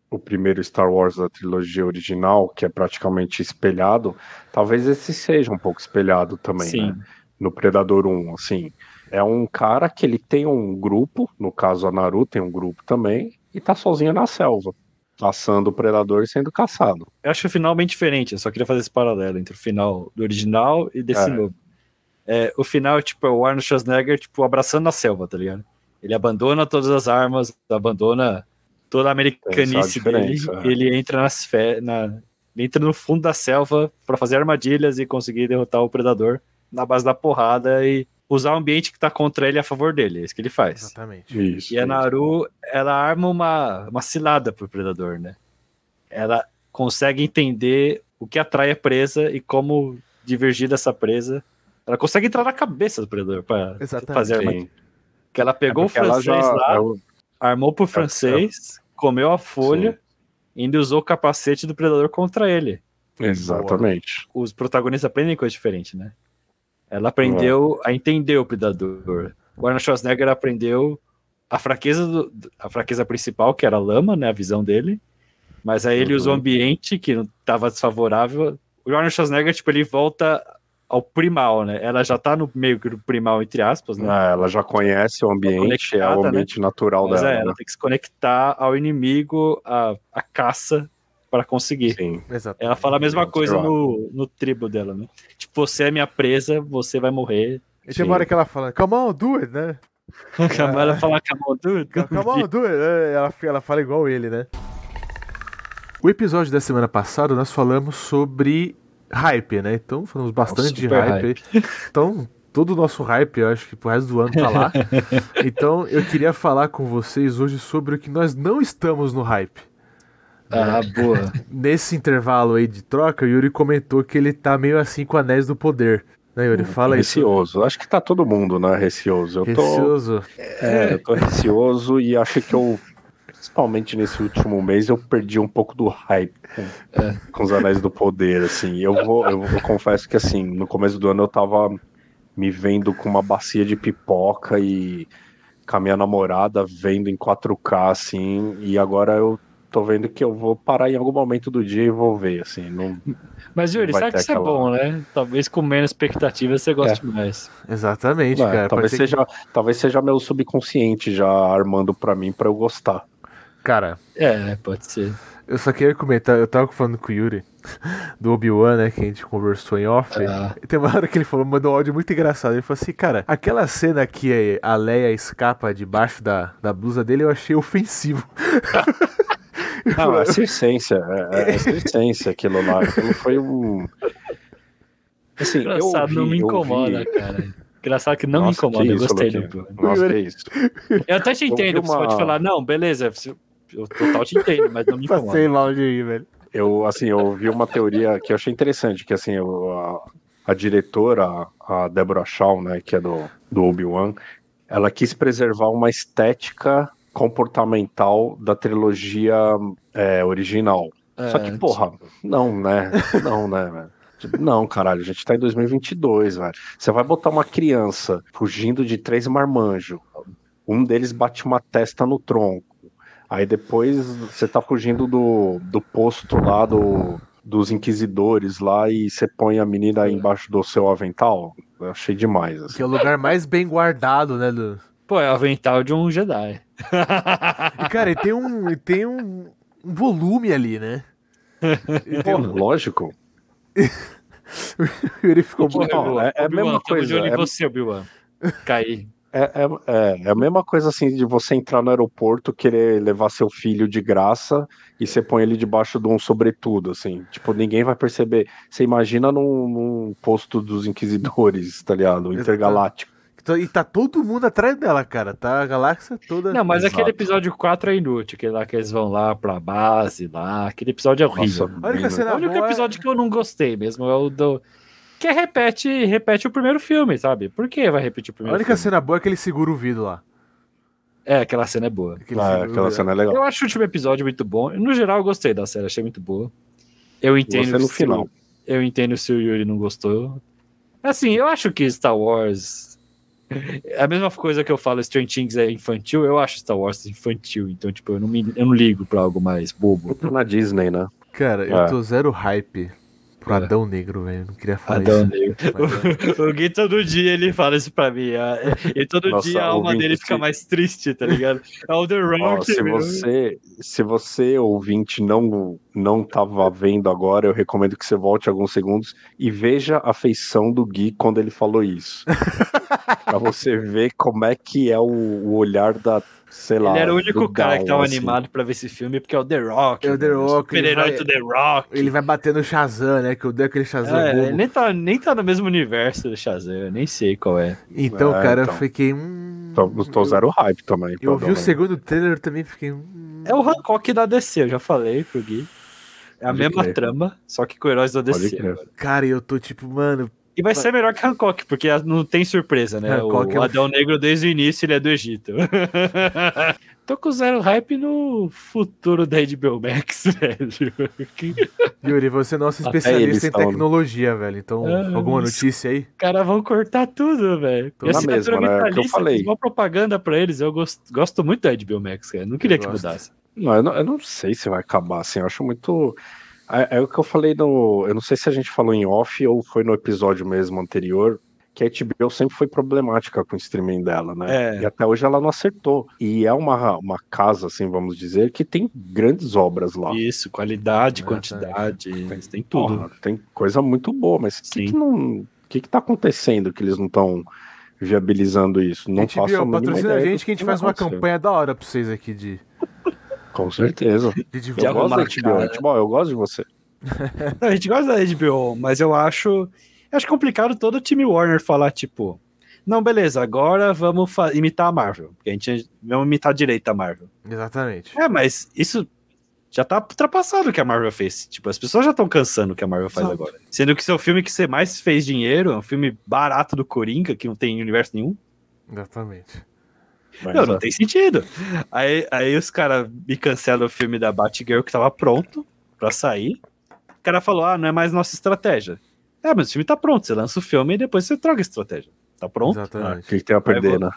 [SPEAKER 2] o primeiro Star Wars da trilogia original, que é praticamente espelhado, talvez esse seja um pouco espelhado também,
[SPEAKER 3] Sim.
[SPEAKER 2] né? No Predador 1, assim. É um cara que ele tem um grupo, no caso a Naru tem um grupo também, e tá sozinho na selva, caçando o Predador e sendo caçado.
[SPEAKER 3] Eu acho o final bem diferente. Eu só queria fazer esse paralelo entre o final do original e desse
[SPEAKER 2] É.
[SPEAKER 3] novo. É, o final, tipo, é o Arnold Schwarzenegger, tipo, abraçando a selva, tá ligado? Ele abandona todas as armas, abandona toda a americanice
[SPEAKER 2] Essa é a
[SPEAKER 3] dele.
[SPEAKER 2] diferença, é.
[SPEAKER 3] Ele entra nas fe... na... ele entra no fundo da selva pra fazer armadilhas e conseguir derrotar o predador na base da porrada e usar o ambiente que tá contra ele a favor dele. É isso que ele faz.
[SPEAKER 1] Exatamente.
[SPEAKER 2] Isso.
[SPEAKER 3] E a Naru, ela arma uma, uma cilada pro predador, né? Ela consegue entender o que atrai a presa e como divergir dessa presa. Ela consegue entrar na cabeça do predador pra
[SPEAKER 1] Exatamente.
[SPEAKER 3] fazer a armadilha.
[SPEAKER 2] Sim. É
[SPEAKER 3] Porque ela é, pegou o
[SPEAKER 2] Porque ela
[SPEAKER 3] francês
[SPEAKER 2] já-
[SPEAKER 3] lá,
[SPEAKER 2] é o-
[SPEAKER 3] armou pro francês, comeu a folha e ainda usou o capacete do predador contra ele
[SPEAKER 2] Exatamente.
[SPEAKER 3] os protagonistas aprendem coisa diferente, né? Ela aprendeu a entender o predador. O Arnold Schwarzenegger aprendeu a fraqueza do- do- a fraqueza principal, que era a lama, né, a visão dele. Mas aí ele
[SPEAKER 2] Uhum.
[SPEAKER 3] usa o ambiente que não estava desfavorável. O Arnold Schwarzenegger, tipo, ele volta ao primal, né? Ela já tá no meio que do primal entre aspas, né?
[SPEAKER 2] Ah, ela já conhece o ambiente, é o
[SPEAKER 3] Tá conectada, né?
[SPEAKER 2] ambiente natural
[SPEAKER 3] Mas
[SPEAKER 2] dela.
[SPEAKER 3] é, ela tem que se conectar ao inimigo, à, à caça para
[SPEAKER 2] né?
[SPEAKER 3] conseguir.
[SPEAKER 2] Sim.
[SPEAKER 1] Exatamente.
[SPEAKER 3] Ela fala a mesma coisa
[SPEAKER 2] Claro.
[SPEAKER 3] no, no tribo dela, né? Tipo, você é minha presa, você vai morrer.
[SPEAKER 1] E tem uma hora que ela fala, come on, do it, né?
[SPEAKER 3] Ela fala que a mão do-
[SPEAKER 1] Come on, do it. né? Ela, ela fala igual ele, né? O episódio da semana passada nós falamos sobre hype, né? Então falamos bastante de
[SPEAKER 3] super
[SPEAKER 1] hype. Então, todo o nosso hype, eu acho que pro resto do ano tá lá. então, eu queria falar com vocês hoje sobre o que nós não estamos no hype.
[SPEAKER 3] Ah, boa.
[SPEAKER 1] Nesse intervalo aí de troca, o Yuri comentou que ele tá meio assim com anéis do poder. Né, Yuri? Fala aí.
[SPEAKER 2] Recioso. Acho que tá todo mundo, né? Recioso. Hum, Eu tô,
[SPEAKER 1] Precioso.
[SPEAKER 2] é, eu tô recioso e acho que eu, principalmente nesse último mês, eu perdi um pouco do hype com,
[SPEAKER 1] É.
[SPEAKER 2] com os Anéis do Poder, assim. Eu vou, eu, eu confesso que, assim, no começo do ano eu tava me vendo com uma bacia de pipoca e com a minha namorada vendo em 4K, assim, e agora eu tô vendo que eu vou parar em algum momento do dia e vou ver, assim, não
[SPEAKER 3] Mas, Yuri,
[SPEAKER 2] Vai
[SPEAKER 3] sabe
[SPEAKER 2] ter
[SPEAKER 3] que isso é
[SPEAKER 2] aquela-
[SPEAKER 3] bom, né? Talvez com menos expectativa você goste mais.
[SPEAKER 1] Exatamente,
[SPEAKER 2] É,
[SPEAKER 1] cara. Pode
[SPEAKER 2] talvez,
[SPEAKER 1] ser que-
[SPEAKER 2] seja, talvez seja meu subconsciente já armando pra mim pra eu gostar.
[SPEAKER 1] Cara,
[SPEAKER 3] É, pode ser.
[SPEAKER 1] Eu só queria comentar, eu tava falando com o Yuri do Obi-Wan, né, que a gente conversou em off.
[SPEAKER 2] É.
[SPEAKER 3] Ah.
[SPEAKER 1] E Tem uma hora que ele falou, mandou um áudio muito engraçado. Ele falou assim, cara, aquela cena que a Leia escapa debaixo da, da blusa dele, eu achei ofensivo.
[SPEAKER 2] Não, é circense, é, é circense aquilo lá. Aquilo foi um. Assim, eu
[SPEAKER 3] Engraçado,
[SPEAKER 2] ouvi,
[SPEAKER 3] não me
[SPEAKER 2] eu
[SPEAKER 3] incomoda,
[SPEAKER 2] ouvi- cara.
[SPEAKER 3] cara. Engraçado que não me
[SPEAKER 2] Nossa,
[SPEAKER 3] incomoda,
[SPEAKER 2] que
[SPEAKER 3] eu
[SPEAKER 2] isso,
[SPEAKER 3] gostei do
[SPEAKER 2] Luquinha.
[SPEAKER 3] plano.
[SPEAKER 2] Nossa, que isso.
[SPEAKER 3] Eu até te
[SPEAKER 2] Eu
[SPEAKER 3] entendo,
[SPEAKER 2] vi
[SPEAKER 3] você
[SPEAKER 2] uma- Tá
[SPEAKER 3] pode falar, não, beleza, eu total te entendo, mas não me
[SPEAKER 2] Então,
[SPEAKER 3] incomoda.
[SPEAKER 1] Passei mal de ir, velho.
[SPEAKER 2] Eu, assim, eu ouvi uma teoria que eu achei interessante, que, assim, eu- a, a diretora, a Deborah Shaw, né, que é do, do Obi-Wan, ela quis preservar uma estética comportamental da trilogia é, original.
[SPEAKER 3] É,
[SPEAKER 2] Só que, porra, não, né? Não, né, velho? Tipo, Não, caralho, a gente tá em 2022, velho. Você vai botar uma criança fugindo de três marmanjos. Um deles bate uma testa no tronco. Aí depois você tá fugindo do, do posto lá do, dos inquisidores lá e você põe a menina aí embaixo do seu avental. Eu achei demais, assim.
[SPEAKER 1] Que é o lugar mais bem guardado, né, do...
[SPEAKER 3] Pô, é o avental de um Jedi.
[SPEAKER 1] E, cara, e tem um, e tem um, um volume ali, né? E tem
[SPEAKER 2] Pô,
[SPEAKER 1] um...
[SPEAKER 2] lógico.
[SPEAKER 1] O Yuri ficou
[SPEAKER 2] Pô,
[SPEAKER 1] muito...
[SPEAKER 3] Obi-Wan,
[SPEAKER 2] é- é a
[SPEAKER 3] Tipo, Obi-Wan,
[SPEAKER 2] mesma
[SPEAKER 3] tamo
[SPEAKER 2] coisa,
[SPEAKER 3] de olho em
[SPEAKER 2] é-
[SPEAKER 3] você, Obi-Wan. Caí.
[SPEAKER 2] É, é- é- é a mesma coisa assim de você entrar no aeroporto, querer levar seu filho de graça e você põe ele debaixo de um sobretudo, assim. Tipo, ninguém vai perceber. Você imagina num, num posto dos inquisidores, tá ligado? Intergaláctico.
[SPEAKER 1] E tá todo mundo atrás dela, cara. Tá a galáxia toda...
[SPEAKER 3] Não, mas
[SPEAKER 2] Exato.
[SPEAKER 3] aquele episódio 4 é inútil, aquele lá que eles vão lá pra base lá, aquele episódio é horrível.
[SPEAKER 2] Nossa,
[SPEAKER 1] Olha que
[SPEAKER 2] bem- né?
[SPEAKER 1] cena
[SPEAKER 3] o único
[SPEAKER 1] boa é-
[SPEAKER 3] episódio que eu não gostei mesmo é o do. Que repete, repete o primeiro filme, sabe? Por que vai repetir o
[SPEAKER 1] A
[SPEAKER 3] primeiro
[SPEAKER 1] única
[SPEAKER 3] filme?
[SPEAKER 1] cena boa é que ele segura o vidro lá.
[SPEAKER 3] É, aquela cena é boa.
[SPEAKER 1] Aquele
[SPEAKER 2] Ah,
[SPEAKER 1] filme
[SPEAKER 2] aquela
[SPEAKER 1] do-
[SPEAKER 2] cena é legal.
[SPEAKER 3] Eu acho o último episódio muito bom. No geral, eu gostei da série, achei muito boa. Eu entendo.
[SPEAKER 2] Você no
[SPEAKER 3] se-
[SPEAKER 2] final.
[SPEAKER 3] Eu entendo se o Yuri não gostou. Assim, eu acho que Star Wars. A mesma coisa que eu falo, Strange Things é infantil, eu acho Star Wars infantil. Então, tipo, eu não, me- eu não ligo pra algo mais bobo.
[SPEAKER 2] Entra na Disney, né?
[SPEAKER 1] Cara, eu
[SPEAKER 2] É.
[SPEAKER 1] tô zero hype pro
[SPEAKER 3] É.
[SPEAKER 1] Adão Negro, velho. Eu Não queria falar
[SPEAKER 3] Adão
[SPEAKER 1] isso.
[SPEAKER 3] Negro.
[SPEAKER 1] Mas,
[SPEAKER 3] O Gui todo dia ele fala isso pra mim. ah, E todo
[SPEAKER 2] Nossa,
[SPEAKER 3] dia a alma
[SPEAKER 2] ouvinte,
[SPEAKER 3] dele fica
[SPEAKER 2] se-
[SPEAKER 3] mais triste, tá ligado? É o The
[SPEAKER 2] Ó,
[SPEAKER 3] Rock.
[SPEAKER 2] se
[SPEAKER 3] meu.
[SPEAKER 2] você, se você ouvinte não não tava vendo agora, eu recomendo que você volte alguns segundos e veja a feição do Gui quando ele falou isso. pra você ver como é que é o, o olhar da, sei lá.
[SPEAKER 3] Ele era o único
[SPEAKER 2] do
[SPEAKER 3] cara que
[SPEAKER 2] Down,
[SPEAKER 3] tava
[SPEAKER 2] assim.
[SPEAKER 3] animado pra ver esse filme, porque é o The Rock.
[SPEAKER 1] É o The
[SPEAKER 3] velho,
[SPEAKER 1] Rock,
[SPEAKER 3] Super-herói
[SPEAKER 1] ele vai-
[SPEAKER 3] do The Rock.
[SPEAKER 1] Ele vai bater no Shazam, né? Que eu dei aquele Shazam
[SPEAKER 3] É,
[SPEAKER 1] bobo.
[SPEAKER 3] nem, tá, nem tá no mesmo universo do Shazam, eu nem sei qual é.
[SPEAKER 1] Então,
[SPEAKER 2] É,
[SPEAKER 1] cara,
[SPEAKER 2] então.
[SPEAKER 1] eu fiquei. Hum,
[SPEAKER 2] Tô, tô zero hype
[SPEAKER 1] Eu,
[SPEAKER 2] também.
[SPEAKER 1] eu vi o
[SPEAKER 2] provavelmente.
[SPEAKER 1] segundo trailer eu também fiquei. Hum,
[SPEAKER 3] É o Hancock da DC, eu já falei pro Gui. É a
[SPEAKER 2] Pode
[SPEAKER 3] mesma
[SPEAKER 2] crer.
[SPEAKER 3] trama, só que com heróis da
[SPEAKER 2] Pode
[SPEAKER 3] DC.
[SPEAKER 2] crer.
[SPEAKER 3] agora.
[SPEAKER 1] cara, e eu tô tipo, mano.
[SPEAKER 3] E vai ser melhor que Hancock, porque a- não tem surpresa, né?
[SPEAKER 1] Hancock
[SPEAKER 3] o
[SPEAKER 1] é um-
[SPEAKER 3] Adão Negro, desde o início, ele é do Egito. Tô com zero hype no futuro da HBO Max, velho. Que-
[SPEAKER 1] Yuri, você é nosso
[SPEAKER 3] Até
[SPEAKER 1] especialista em
[SPEAKER 2] eles falam.
[SPEAKER 1] tecnologia, velho. Então,
[SPEAKER 3] É,
[SPEAKER 1] alguma
[SPEAKER 3] isso.
[SPEAKER 1] notícia aí?
[SPEAKER 3] Os caras vão cortar tudo, velho.
[SPEAKER 1] Tô
[SPEAKER 3] E a
[SPEAKER 1] na
[SPEAKER 3] assinatura
[SPEAKER 2] mesma, né? É o que eu
[SPEAKER 3] vitalícia,
[SPEAKER 2] falei.
[SPEAKER 3] fiz uma propaganda pra eles. Eu gosto, gosto muito da HBO Max, cara. Não queria
[SPEAKER 1] Eu
[SPEAKER 3] que
[SPEAKER 1] gosto.
[SPEAKER 3] mudasse.
[SPEAKER 2] Não, eu não, eu não sei se vai acabar assim. Eu acho muito. É, é o que eu falei no. Eu não sei se a gente falou em off ou foi no episódio mesmo anterior. Que a HBO sempre foi problemática com o streaming dela, né?
[SPEAKER 3] É.
[SPEAKER 2] E até hoje ela não acertou. E é uma, uma casa, assim, vamos dizer, que tem grandes obras lá.
[SPEAKER 3] Isso, qualidade,
[SPEAKER 1] É,
[SPEAKER 3] quantidade, eles têm tudo.
[SPEAKER 2] Porra, tem coisa muito boa, mas o que,
[SPEAKER 3] Sim.
[SPEAKER 2] que não. O que, que tá acontecendo que eles não estão viabilizando isso? Não faço a
[SPEAKER 1] HBO,
[SPEAKER 2] mínima
[SPEAKER 1] patrocina a
[SPEAKER 2] ideia do
[SPEAKER 1] gente que a gente
[SPEAKER 2] vai
[SPEAKER 1] faz uma
[SPEAKER 2] acontecer.
[SPEAKER 1] campanha da hora pra vocês aqui de,
[SPEAKER 2] Com certeza.
[SPEAKER 1] de
[SPEAKER 2] Eu,
[SPEAKER 1] divulgar.
[SPEAKER 3] arrumar
[SPEAKER 2] gosto da HBO.
[SPEAKER 3] a cara.
[SPEAKER 2] HBO, Tipo, eu gosto de você.
[SPEAKER 3] Não, a gente gosta da HBO, mas eu acho. eu acho complicado todo o time Warner falar, tipo. Não, beleza, agora vamos fa- imitar a Marvel. Porque a gente vamos imitar direito a Marvel.
[SPEAKER 1] Exatamente.
[SPEAKER 3] É, mas isso já tá ultrapassado o que a Marvel fez. Tipo, as pessoas já estão cansando o que a Marvel faz
[SPEAKER 1] Exato.
[SPEAKER 3] agora. Sendo que seu filme que você mais fez dinheiro é um filme barato do Coringa, que não tem universo nenhum.
[SPEAKER 1] Exatamente.
[SPEAKER 2] Mas,
[SPEAKER 3] Não,
[SPEAKER 2] é.
[SPEAKER 3] não tem sentido. Aí, aí os caras me cancelam o filme da Batgirl que tava pronto pra sair. O cara falou: ah, não é mais nossa estratégia. É, mas o filme tá pronto. Você lança o filme e depois você troca a estratégia. Tá pronto?
[SPEAKER 2] Ah, o
[SPEAKER 1] Exatamente.
[SPEAKER 2] que, que tem a perder, né?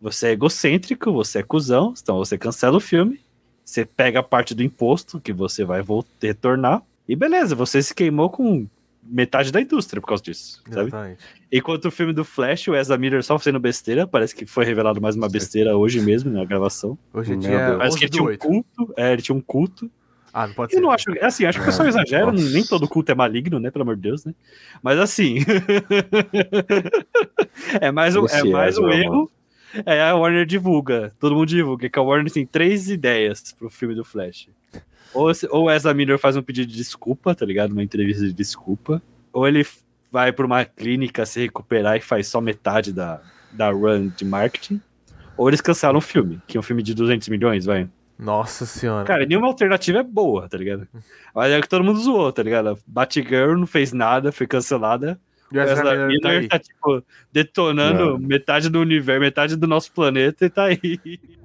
[SPEAKER 3] Você é egocêntrico, você é cuzão, então você cancela o filme. Você pega a parte do imposto que você vai vol- retornar. E beleza, você se queimou com metade da indústria por causa disso. Sabe?
[SPEAKER 1] Exatamente.
[SPEAKER 3] Enquanto o filme do Flash, o Ezra Miller só fazendo besteira, parece que foi revelado mais uma besteira hoje mesmo na gravação.
[SPEAKER 1] Hoje é
[SPEAKER 2] Meu
[SPEAKER 1] dia
[SPEAKER 2] Deus.
[SPEAKER 3] Parece
[SPEAKER 1] 11
[SPEAKER 3] que ele
[SPEAKER 1] do
[SPEAKER 3] tinha um
[SPEAKER 1] 8.
[SPEAKER 3] culto. É, ele tinha um culto.
[SPEAKER 1] Ah, não pode ser.
[SPEAKER 3] Eu não acho. é Assim, acho que o pessoal exagera,
[SPEAKER 2] nossa.
[SPEAKER 3] nem todo culto é maligno, né? Pelo amor de Deus, né? Mas assim. é mais um, é
[SPEAKER 2] Esse
[SPEAKER 3] mais um
[SPEAKER 2] Ezra,
[SPEAKER 3] erro. É, a Warner divulga. Todo mundo divulga. Que a Warner tem três ideias pro filme do Flash. Ou, se- ou Ezra Miller faz um pedido de desculpa, tá ligado? Uma entrevista de desculpa. Ou ele vai pra uma clínica se recuperar e faz só metade da, da run de marketing. Ou eles cancelam o filme, que é um filme de 200 milhões, vai.
[SPEAKER 1] Nossa senhora.
[SPEAKER 3] Cara, nenhuma alternativa é boa, tá ligado? Mas é o que todo mundo zoou, tá ligado? Batgirl não fez nada, foi cancelada.
[SPEAKER 1] E o Ezra
[SPEAKER 3] Ezra
[SPEAKER 1] Miller tá aí.
[SPEAKER 3] tipo, detonando
[SPEAKER 2] Não.
[SPEAKER 3] metade do universo, metade do nosso planeta e tá aí.